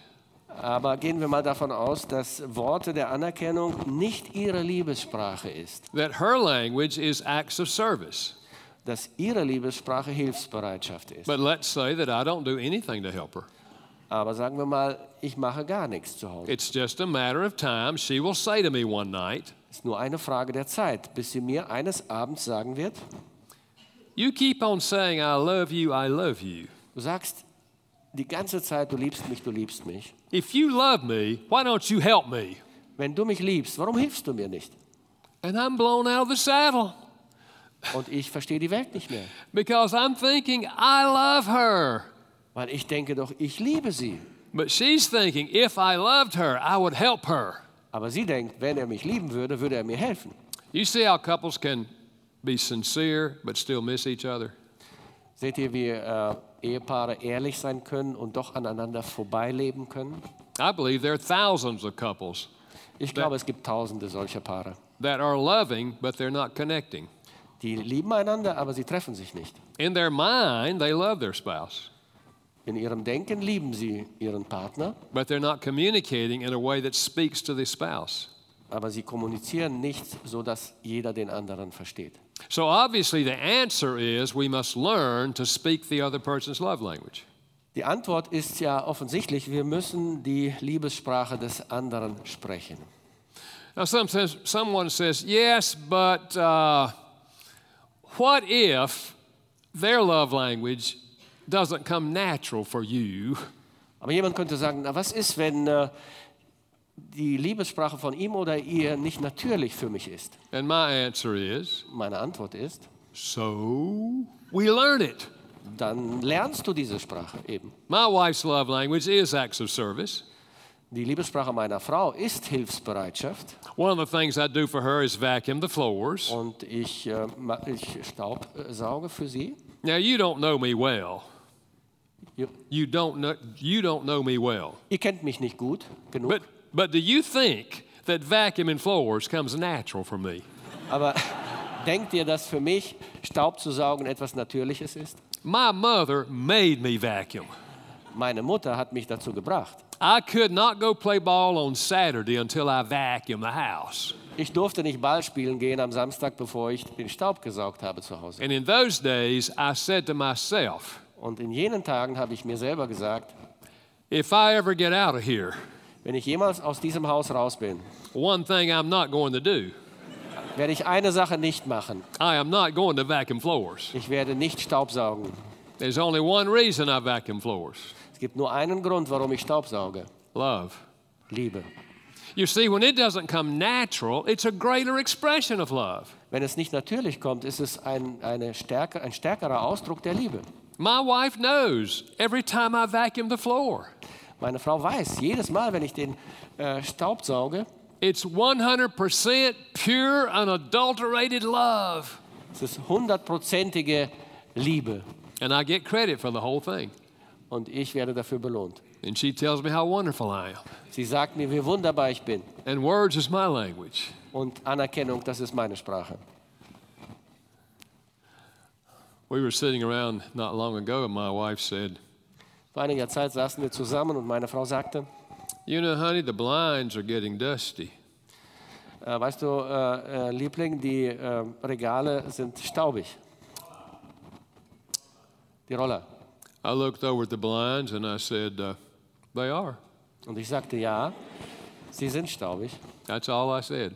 Speaker 2: Aber gehen wir mal davon aus, dass Worte der Anerkennung nicht ihre Liebessprache ist,
Speaker 1: That her language is acts of service.
Speaker 2: dass ihre Liebessprache Hilfsbereitschaft ist.
Speaker 1: But let's say that I don't do anything to help her.
Speaker 2: Aber sagen wir mal, ich mache gar nichts zu Hause.
Speaker 1: It's just a matter of time. She will say to me one night,
Speaker 2: Es ist nur eine Frage der Zeit, bis sie mir eines Abends sagen wird,
Speaker 1: You keep on saying, I love you, I love you.
Speaker 2: Du sagst die ganze Zeit, du liebst mich, du liebst mich.
Speaker 1: If you love me, why don't you help me?
Speaker 2: Wenn du mich liebst, warum hilfst du mir nicht?
Speaker 1: And I'm blown out of the saddle
Speaker 2: Und ich verstehe die Welt nicht mehr,
Speaker 1: because I'm thinking, I love her.
Speaker 2: weil ich denke doch, ich liebe sie.
Speaker 1: But she's thinking, if I loved her, I would help her.
Speaker 2: Aber sie denkt, wenn er mich lieben würde, würde er mir helfen.
Speaker 1: You see how couples can be sincere but still miss each other?
Speaker 2: Seht ihr, wie äh, Ehepaare ehrlich sein können und doch aneinander vorbeileben können?
Speaker 1: I believe there are thousands of couples
Speaker 2: Ich glaube, es gibt tausende solcher Paare.
Speaker 1: that are loving, but they're not connecting.
Speaker 2: Die lieben einander, aber sie treffen sich nicht.
Speaker 1: In their mind, they love their spouse,
Speaker 2: In ihrem Denken lieben sie ihren Partner,
Speaker 1: but they're not communicating in a way that speaks to the spouse.
Speaker 2: aber sie kommunizieren nicht, so dass jeder den anderen versteht.
Speaker 1: So obviously, the answer is we must learn to speak the other person's love language.
Speaker 2: Die Antwort ist ja offensichtlich, wir müssen die Liebessprache des anderen sprechen.
Speaker 1: Now, some says, someone says, yes, but uh, what if their love language doesn't come natural for you?
Speaker 2: Aber jemand könnte sagen, na was ist, wenn äh, die Liebessprache von ihm oder ihr nicht natürlich für mich ist?
Speaker 1: And my answer is,
Speaker 2: Meine Antwort ist,
Speaker 1: so we learn it.
Speaker 2: dann lernst du diese Sprache eben.
Speaker 1: My wife's love language is acts of service.
Speaker 2: Die Liebessprache meiner Frau ist Hilfsbereitschaft
Speaker 1: One of the things I do for her is vacuum the floors.
Speaker 2: und ich, äh, ma- ich staubsauge für sie.
Speaker 1: Now, you don't know me well.
Speaker 2: Ihr,
Speaker 1: You don't know, you don't know me well.
Speaker 2: ihr kennt mich nicht gut genug,
Speaker 1: But, but do you think that vacuuming floors comes natural for me?
Speaker 2: aber denkt ihr, dass für mich Staub zu saugen etwas Natürliches ist?
Speaker 1: My mother made me vacuum.
Speaker 2: Meine Mutter hat mich dazu gebracht.
Speaker 1: I could not go play ball on Saturday until I vacuumed the house.
Speaker 2: Ich durfte nicht Ball spielen gehen am Samstag, bevor ich den Staub gesaugt habe zu Hause.
Speaker 1: And in those days, I said to myself,
Speaker 2: Und in jenen Tagen habe ich mir selber gesagt,
Speaker 1: if I ever get out of here,
Speaker 2: wenn ich jemals aus diesem Haus raus bin,
Speaker 1: one thing I'm not going to do,
Speaker 2: werde ich eine Sache nicht machen.
Speaker 1: I am not going to vacuum floors.
Speaker 2: Ich werde nicht Staubsaugen.
Speaker 1: There's only one reason I vacuum floors
Speaker 2: Es gibt nur einen Grund, warum ich Staubsauge.
Speaker 1: love.
Speaker 2: Liebe.
Speaker 1: You see, when it doesn't come natural, it's a greater expression of love.
Speaker 2: Wenn es nicht natürlich kommt, ist es ein, eine Stärke, ein stärkerer Ausdruck der Liebe.
Speaker 1: My wife knows every time I vacuum the floor,
Speaker 2: Meine Frau weiß, jedes Mal, wenn ich den äh, Staub sauge,
Speaker 1: it's 100% pure, unadulterated love.
Speaker 2: es ist hundertprozentige Liebe.
Speaker 1: And I get credit for the whole thing.
Speaker 2: Und ich werde dafür belohnt.
Speaker 1: And she tells me how wonderful I am.
Speaker 2: Sie sagt mir, wie wunderbar ich bin.
Speaker 1: And words is my language.
Speaker 2: Und Anerkennung, das ist meine Sprache.
Speaker 1: We were sitting around not long ago, and my wife said,
Speaker 2: Vor einiger Zeit saßen wir zusammen und meine Frau sagte,
Speaker 1: You know, honey, the blinds are getting dusty.
Speaker 2: äh, weißt du, äh, äh, Liebling, die äh, Regale sind staubig. Die Roller.
Speaker 1: I looked over at the blinds and I said, uh, They are.
Speaker 2: Und ich sagte, ja, sie sind staubig.
Speaker 1: That's all I said.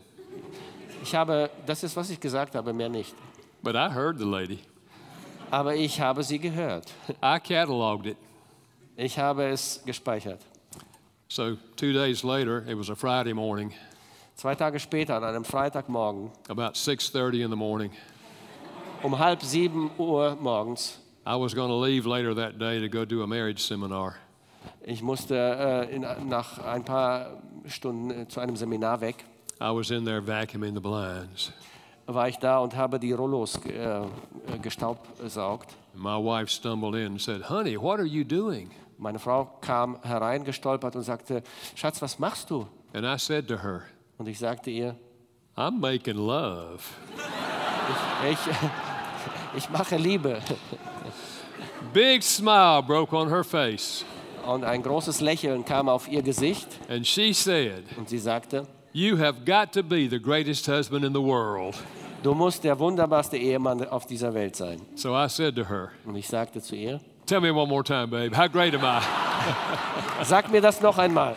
Speaker 2: Ich habe, das ist, was ich gesagt habe, mehr nicht.
Speaker 1: But I heard the lady,
Speaker 2: Aber ich habe sie gehört.
Speaker 1: I cataloged it.
Speaker 2: Ich habe es gespeichert.
Speaker 1: So two days later, it was a Friday morning,
Speaker 2: Zwei Tage später, an einem Freitagmorgen,
Speaker 1: about 6:30 in the morning.
Speaker 2: um halb sieben Uhr morgens,
Speaker 1: I was going to leave later that day to go do a marriage seminar.
Speaker 2: ich musste äh, in, nach ein paar Stunden äh, zu einem Seminar weg,
Speaker 1: I was in there vacuuming the blinds.
Speaker 2: war ich da und habe die Rollos äh, äh, gestaubsaugt.
Speaker 1: My wife stumbled in and said, Honey, what are you doing?
Speaker 2: Meine Frau kam hereingestolpert und sagte, Schatz, was machst du?
Speaker 1: And I said to her,
Speaker 2: Und ich sagte ihr,
Speaker 1: I'm making love.
Speaker 2: ich, ich mache Liebe.
Speaker 1: Big smile broke on her face,
Speaker 2: Und ein großes Lächeln kam auf ihr Gesicht
Speaker 1: and she said,
Speaker 2: und sie sagte,
Speaker 1: You have got to be the greatest husband in the world.
Speaker 2: du musst der wunderbarste Ehemann auf dieser Welt sein.
Speaker 1: So I said to her,
Speaker 2: Und ich sagte zu ihr,
Speaker 1: Tell me one more time, babe, how great am I?
Speaker 2: sag mir das noch einmal.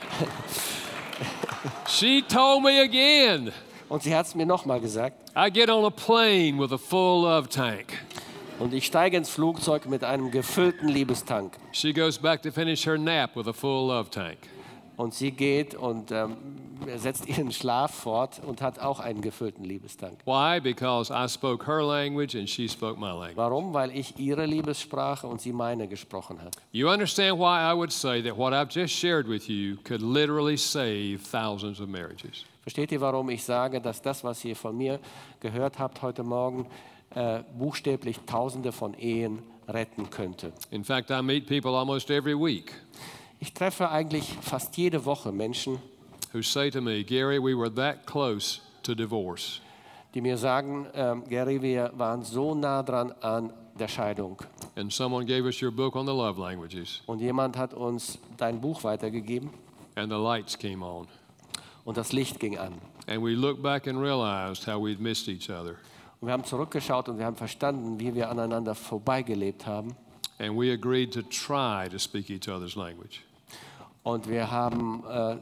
Speaker 1: She told me again.
Speaker 2: Und sie hat es mir nochmal gesagt.
Speaker 1: I get on a plane with a full love tank.
Speaker 2: Und ich steige ins Flugzeug mit einem gefüllten Liebestank.
Speaker 1: She goes back to finish her nap with a full love tank.
Speaker 2: Und sie geht und ähm, setzt ihren Schlaf fort und hat auch einen gefüllten Liebestank.
Speaker 1: Why? Because I spoke her language and she spoke my language.
Speaker 2: Warum? Weil ich ihre Liebessprache und sie meine gesprochen hat.
Speaker 1: You understand why I would say that what I've just shared with you could literally save thousands of marriages.
Speaker 2: Versteht ihr, warum ich sage, dass das, was ihr von mir gehört habt heute Morgen, äh, buchstäblich Tausende von Ehen retten könnte.
Speaker 1: In fact, I meet people almost every week
Speaker 2: Ich treffe eigentlich fast jede Woche Menschen,
Speaker 1: who say to me, Gary, we were that close to divorce.
Speaker 2: die mir sagen, ähm, Gary, wir waren so nah dran an der Scheidung.
Speaker 1: And someone gave us your book on the love languages,
Speaker 2: Und jemand hat uns dein Buch weitergegeben
Speaker 1: and the lights came on.
Speaker 2: und das Licht ging an.
Speaker 1: And we looked back and realized how we'd missed each other.
Speaker 2: Und wir haben zurückgeschaut und wir haben verstanden, wie wir aneinander vorbeigelebt haben.
Speaker 1: And we agreed to try to speak each other's language.
Speaker 2: Und wir haben äh,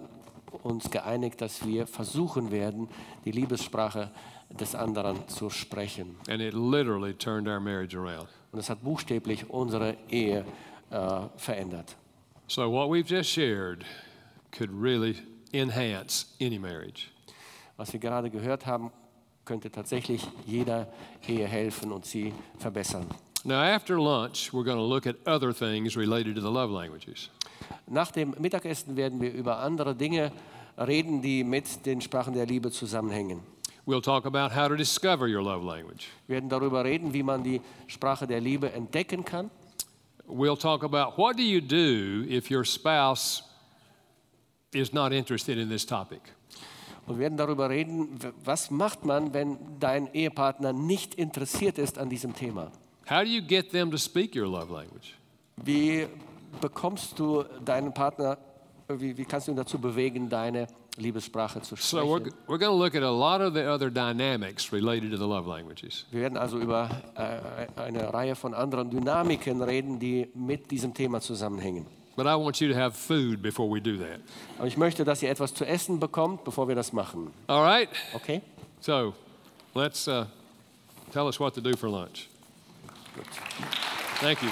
Speaker 2: uns geeinigt, dass wir versuchen werden, die Liebessprache des anderen zu sprechen.
Speaker 1: And it literally turned our marriage around.
Speaker 2: Und das hat buchstäblich unsere Ehe äh, verändert.
Speaker 1: So, what we've just shared could really enhance any marriage.
Speaker 2: Was wir gerade gehört haben, könnte tatsächlich jeder Ehe helfen und sie verbessern.
Speaker 1: Now, after lunch, we're going to look at other things related to the love languages.
Speaker 2: Nach dem Mittagessen werden wir über andere Dinge reden, die mit den Sprachen der Liebe zusammenhängen.
Speaker 1: We'll talk about how to discover your love language.
Speaker 2: Wir werden darüber reden, wie man die Sprache der Liebe entdecken kann.
Speaker 1: We'll talk about what do you do if your spouse is not interested in this topic.
Speaker 2: Und wir werden darüber reden, w- was macht man, wenn dein Ehepartner nicht interessiert ist an diesem Thema?
Speaker 1: How do you get them to speak your love language?
Speaker 2: Wie bekommst du deinen Partner, wie, wie kannst du ihn dazu bewegen, deine Liebessprache zu
Speaker 1: So, we're,
Speaker 2: sprechen?
Speaker 1: we're going to look at a lot of the other dynamics related to the love languages.
Speaker 2: Wir werden also über äh, eine Reihe von anderen Dynamiken reden, die mit diesem Thema zusammenhängen.
Speaker 1: But I want you to have food before we do that.
Speaker 2: Aber ich möchte, dass ihr etwas zu essen bekommt, bevor wir das machen.
Speaker 1: All right?
Speaker 2: Okay?
Speaker 1: So, let's uh, tell us what to do for lunch.
Speaker 2: Gut.
Speaker 1: Thank you.